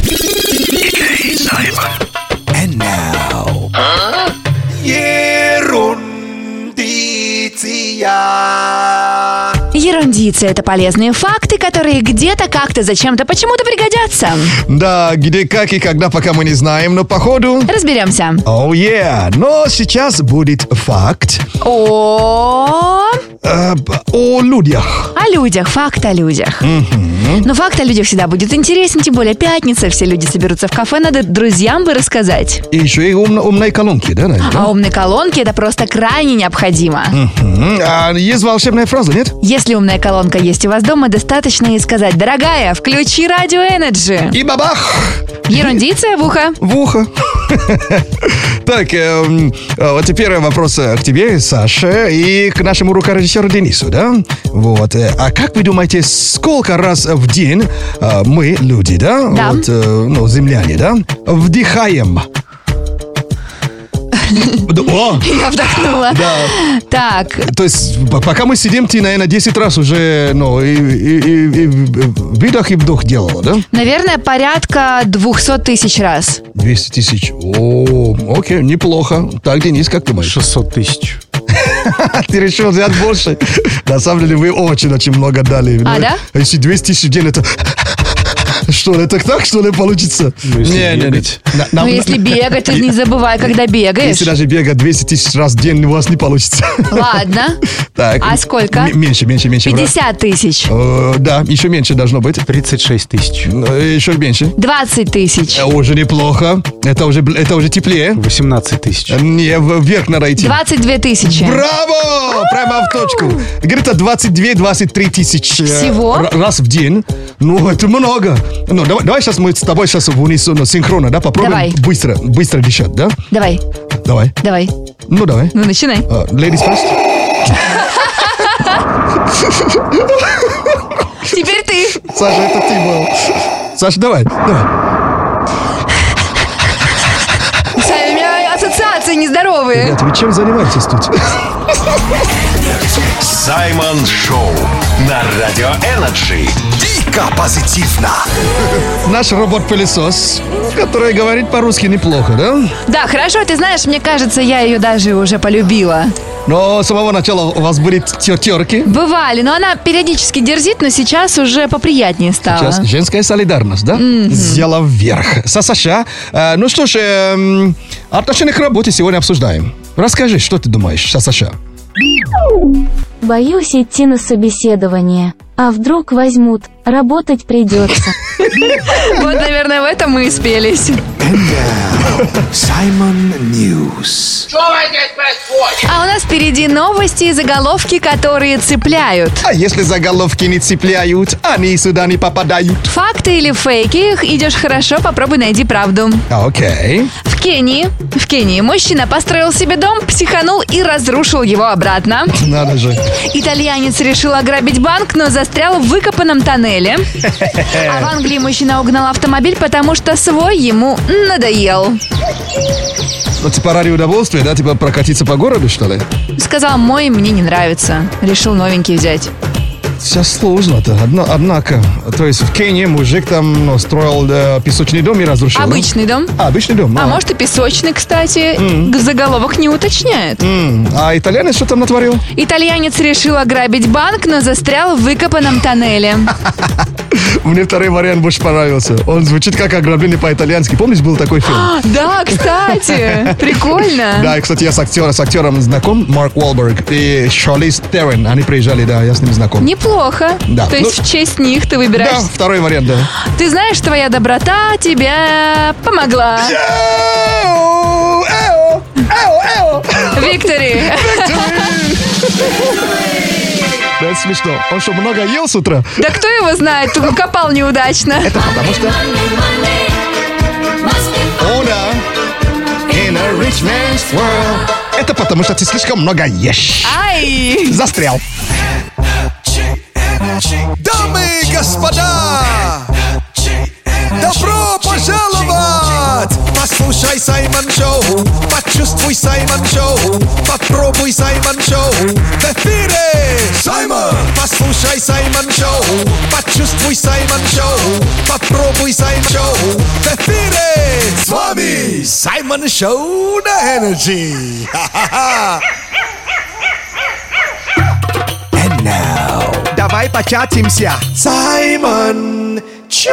S17: Ерундиция.
S3: Ерундицы – это полезные факты, которые где-то, как-то, зачем-то, почему-то пригодятся.
S1: Да, где, как и когда, пока мы не знаем, но походу...
S3: Разберемся.
S1: Оу, yeah! Но сейчас будет факт
S3: О,
S1: э, б- о людях.
S3: о людях, факт о людях. Но факт о людях всегда будет интересен, тем более пятница, все люди соберутся в кафе, надо друзьям бы рассказать.
S1: И еще и умно- умные колонки, да, наверное?
S3: А умные колонки – это просто крайне необходимо.
S1: Мгм. А есть волшебная фраза, нет?
S3: Если умная колонка есть у вас дома, достаточно ей сказать «Дорогая, включи радио Energy».
S1: И бабах!
S3: Ерундиция в ухо.
S1: В ухо. Так, эм, э, вот и первый вопрос э, к тебе, Саша, и к нашему рукорежиссеру Денису, да? Вот. э, А как вы думаете, сколько раз в день э, мы, люди, да?
S3: Да.
S1: Вот, э, ну, земляне, да? Вдыхаем. Да, О!
S3: Я вдохнула. Так,
S1: То есть, п- пока мы сидим, ты, наверное, 10 раз уже, ну, и, и- и- и выдох и вдох делала, да?
S3: наверное, порядка 200 тысяч раз.
S1: 200 тысяч. О, окей, неплохо. Так, Денис, как думаешь?
S8: 600 тысяч.
S1: Ты решил взять больше? На самом деле, вы очень-очень много дали.
S3: А,
S1: Ну,
S3: да?
S1: Если 200 тысяч в день, это... Что ли, так так, что ли, получится?
S8: если
S1: Не, не, не.
S8: бегать.
S1: На-
S3: Ну,
S1: нам-
S3: если бегать, ты не забывай, когда бегаешь.
S1: Если даже бегать 200 тысяч раз в день, у вас не получится.
S3: Ладно.
S1: Так.
S3: А сколько?
S1: М- Меньше, меньше, меньше.
S3: 50 тысяч.
S1: Э, Да, еще меньше должно быть.
S8: 36 тысяч.
S1: Э, Еще меньше.
S3: 20 тысяч.
S1: Э, Уже неплохо. Это уже, бл- это уже теплее.
S8: 18 тысяч.
S1: Э, Не, в- вверх надо идти.
S3: 22 тысячи.
S1: Браво! Прямо в точку. Где-то 22-23 тысячи э,
S3: Всего?
S1: р- раз в день. Ну, это много. Ну, давай, давай сейчас мы с тобой сейчас в унисон, синхронно, да, попробуем
S3: Давай.
S1: быстро, быстро дышать, да?
S3: Давай,
S1: Давай.
S3: давай.
S1: Ну, давай.
S3: Ну, начинай.
S1: Э, Ladies first.
S3: Теперь ты.
S1: Саша, это ты был. Саша, давай, давай.
S3: Сами, у меня ассоциации нездоровые.
S1: Ребята, вы чем занимаетесь тут?
S5: Саймон Шоу на Радио Энерджи.
S17: Дико позитивно.
S1: Наш робот-пылесос, который говорит по-русски неплохо, да?
S3: Да, хорошо, ты знаешь, мне кажется, я ее даже уже полюбила.
S1: Но с самого начала у вас были терки.
S3: Бывали, но она периодически дерзит, но сейчас уже поприятнее стало.
S1: Сейчас женская солидарность, да? Взяла вверх. Со США. Э, ну что ж, эм, отношение к работе сегодня обсуждаем. Расскажи, что ты думаешь, со США?
S11: Боюсь идти на собеседование. А вдруг возьмут, работать придется.
S3: Вот, наверное, в этом мы и спелись.
S2: Саймон Ньюс.
S3: А у нас впереди новости и заголовки, которые цепляют.
S1: А если заголовки не цепляют, они сюда не попадают.
S3: Факты или фейки? Их Идешь хорошо, попробуй найди правду.
S1: А, Окей.
S3: В Кении, в Кении мужчина построил себе дом, психанул и разрушил его обратно.
S1: Надо же.
S3: Итальянец решил ограбить банк, но застрял в выкопанном тоннеле. А в Англии мужчина угнал автомобиль, потому что свой ему надоел.
S1: Ну, типа ради удовольствия, да? Типа прокатиться по городу, что ли?
S3: Сказал, мой мне не нравится. Решил новенький взять.
S1: Все сложно-то, одно- однако. То есть в Кении мужик там ну, строил э, песочный дом и разрушил. да?
S3: Обычный дом.
S1: А, обычный дом.
S3: А может и песочный, кстати.
S1: Мгм.
S3: Г- Заголовок не уточняет.
S1: М, А итальянец что там натворил?
S3: Итальянец решил ограбить банк, но застрял в выкопанном тоннеле.
S1: Мне второй вариант больше понравился. Он звучит как ограбление по-итальянски. Помнишь, был такой фильм?
S3: А, Да, кстати, прикольно.
S1: Да, и, кстати, я с, актер- с актером знаком, Марк Уолберг и Шарлиз Террен. Они приезжали, да, я с ним знаком.
S3: Неплохо.
S1: Да.
S3: То есть
S1: Ну,
S3: в честь них ты выбираешь.
S1: Да, второй вариант, да.
S3: Ты знаешь, твоя доброта тебя помогла. Виктори.
S1: Да, это смешно. Он что, много ел с утра?
S3: Да кто его знает, только копал неудачно.
S1: Это потому что... Order in a rich man's world. Это потому, что ты слишком много ешь.
S3: Ай!
S1: Застрял.
S13: Дамы и господа, добро пожаловать! Послушай Саймон Шоу, почувствуй Саймон Шоу, попробуй Саймон Шоу. В эфире Саймон! Послушай Саймон Шоу, почувствуй Саймон Шоу, попробуй Саймон Шоу. В эфире с вами Саймон Шоу на Energy. Ха-ха-ха!
S2: Давай початимся. Саймон Чат.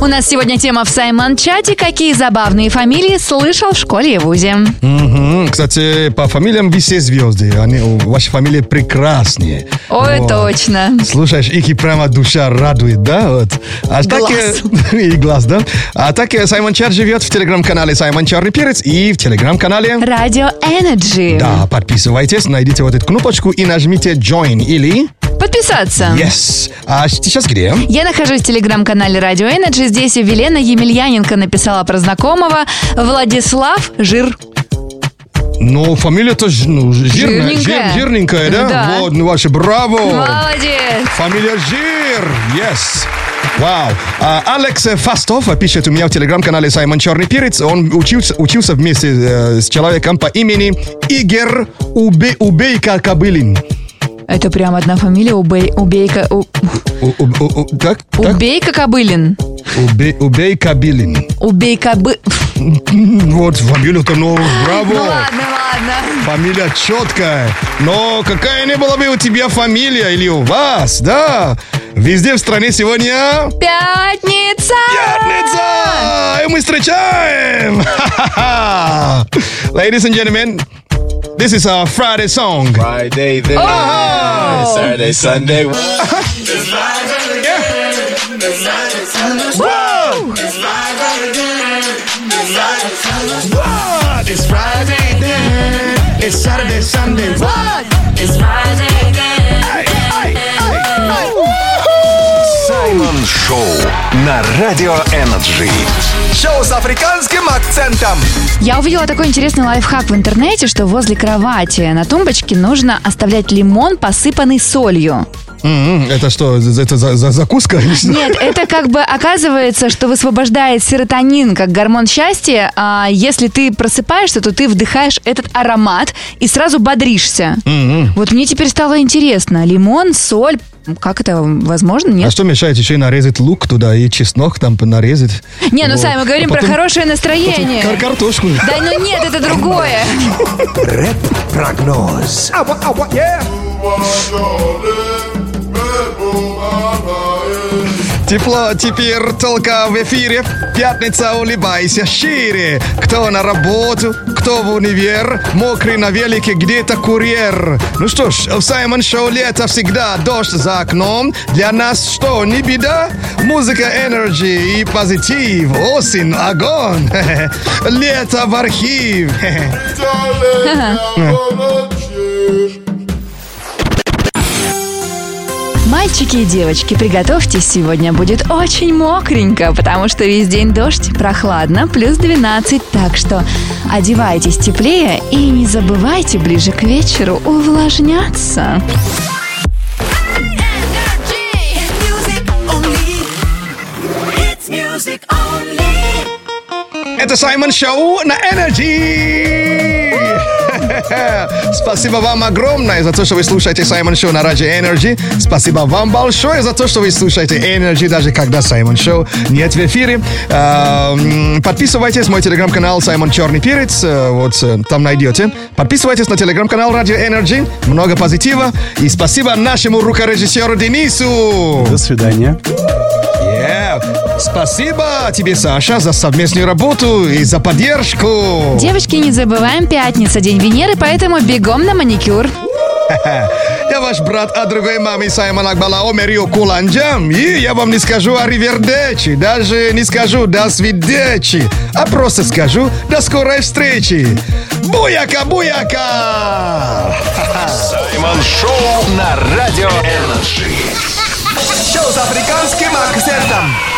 S3: У нас сегодня тема в Саймон-чате. Какие забавные фамилии слышал в школе и вузе?
S1: Мгм. Кстати, по фамилиям вы все звезды. Они, у- ваши фамилии прекраснее.
S3: Ой,
S1: Вот.
S3: точно.
S1: Слушаешь, их и прямо душа радует, да? Вот. А так, э, и глаз, да? А так э, Саймон Чар живет в телеграм-канале Саймон Черный Перец и в телеграм-канале...
S3: Радио Energy.
S1: Да, подписывайтесь, найдите вот эту кнопочку и нажмите Join или...
S3: Подписаться.
S1: Yes. А сейчас где?
S3: Я нахожусь в телеграм-канале Радио Energy. Здесь Велена Емельяненко написала про знакомого Владислав Жир.
S1: Ну, фамилия-то ж- ну, жирная. жир-
S3: Жирненькая.
S1: жирненькая, да?
S3: Да.
S1: Вот, ну, ваше браво.
S3: Молодец.
S1: Фамилия Жир. Yes. Вау. А, Алекс э, Фастов э, пишет у меня в телеграм-канале Саймон Черный Перец. Он учился, учился вместе э, с человеком по имени Игер Убе, Убейка Кобылин.
S3: Это прям одна фамилия Убей- Убейка... У-
S1: У- у- у- у- так? так?
S3: Убейка Кобылин.
S1: Убе- Убейка Билин.
S3: Убейка бы...
S1: Вот фамилия-то, ну, браво.
S3: Ну ладно, ладно.
S1: Фамилия четкая. Но какая не была бы у тебя фамилия или у вас, да? Везде в стране сегодня...
S3: Пятница!
S1: Пятница! И мы встречаем! Ха-ха-ха! Ladies and gentlemen, this is our Friday song. Friday, this Saturday, Sunday.
S13: What? It's Friday then. It's Saturday, Sunday. What? It's Friday then.
S5: Саймон Шоу на Радио Энерджи.
S2: Шоу с африканским акцентом.
S3: Я увидела такой интересный лайфхак в интернете, что возле кровати на тумбочке нужно оставлять лимон, посыпанный солью.
S1: М, М-м, Это что, за- это за, за- закуска? или что?
S3: Нет, это как бы оказывается, что высвобождает серотонин как гормон счастья. А если ты просыпаешься, то ты вдыхаешь этот аромат и сразу бодришься.
S1: М, м.
S3: Вот мне теперь стало интересно. Лимон, соль, как это возможно?
S1: А
S3: Нет.
S1: что мешает еще и нарезать лук туда и чеснок там нарезать?
S3: Не, ну
S1: Вот.
S3: Сай, мы говорим
S1: А
S3: про
S1: потом-
S3: хорошее настроение.
S1: Кар- картошку.
S3: Да, ну нет, это другое.
S2: Прогноз.
S1: Тепло теперь только в эфире. Пятница, улыбайся шире. Кто на работу, кто в универ, мокрый на велике где-то курьер. Ну что ж, в Саймон Шоу лето всегда, дождь за окном. Для нас что, не беда? Музыка, энерджи и позитив, осень, огонь. Лето в архив.
S3: Мальчики и девочки, приготовьтесь, сегодня будет очень мокренько, потому что весь день дождь, прохладно, плюс 12, так что одевайтесь теплее и не забывайте ближе к вечеру увлажняться.
S1: Это Саймон Шоу на Energy. Спасибо вам огромное за то, что вы слушаете Саймон Шоу на Радио Energy. Спасибо вам большое за то, что вы слушаете Energy, даже когда Саймон Шоу нет в эфире. Эм, Подписывайтесь на мой телеграм-канал Саймон Черный Перец. Э, Вот э, там найдете. Подписывайтесь на телеграм-канал Радио Energy. Много позитива. И спасибо нашему рукорежиссеру Денису.
S8: До свидания.
S1: Yeah. Спасибо тебе, Саша, за совместную работу и за поддержку.
S3: Девочки, не забываем, пятница, день Венеры, поэтому бегом на маникюр.
S1: Я ваш брат, а другой маме Саймон Акбалао Мерио Куланджам. И я вам не скажу о ривердечи, даже не скажу до свидечи, а просто скажу до скорой встречи. Буяка, буяка!
S5: Саймон Шоу на Радио Энерджи.
S1: Шоу с африканским акцентом.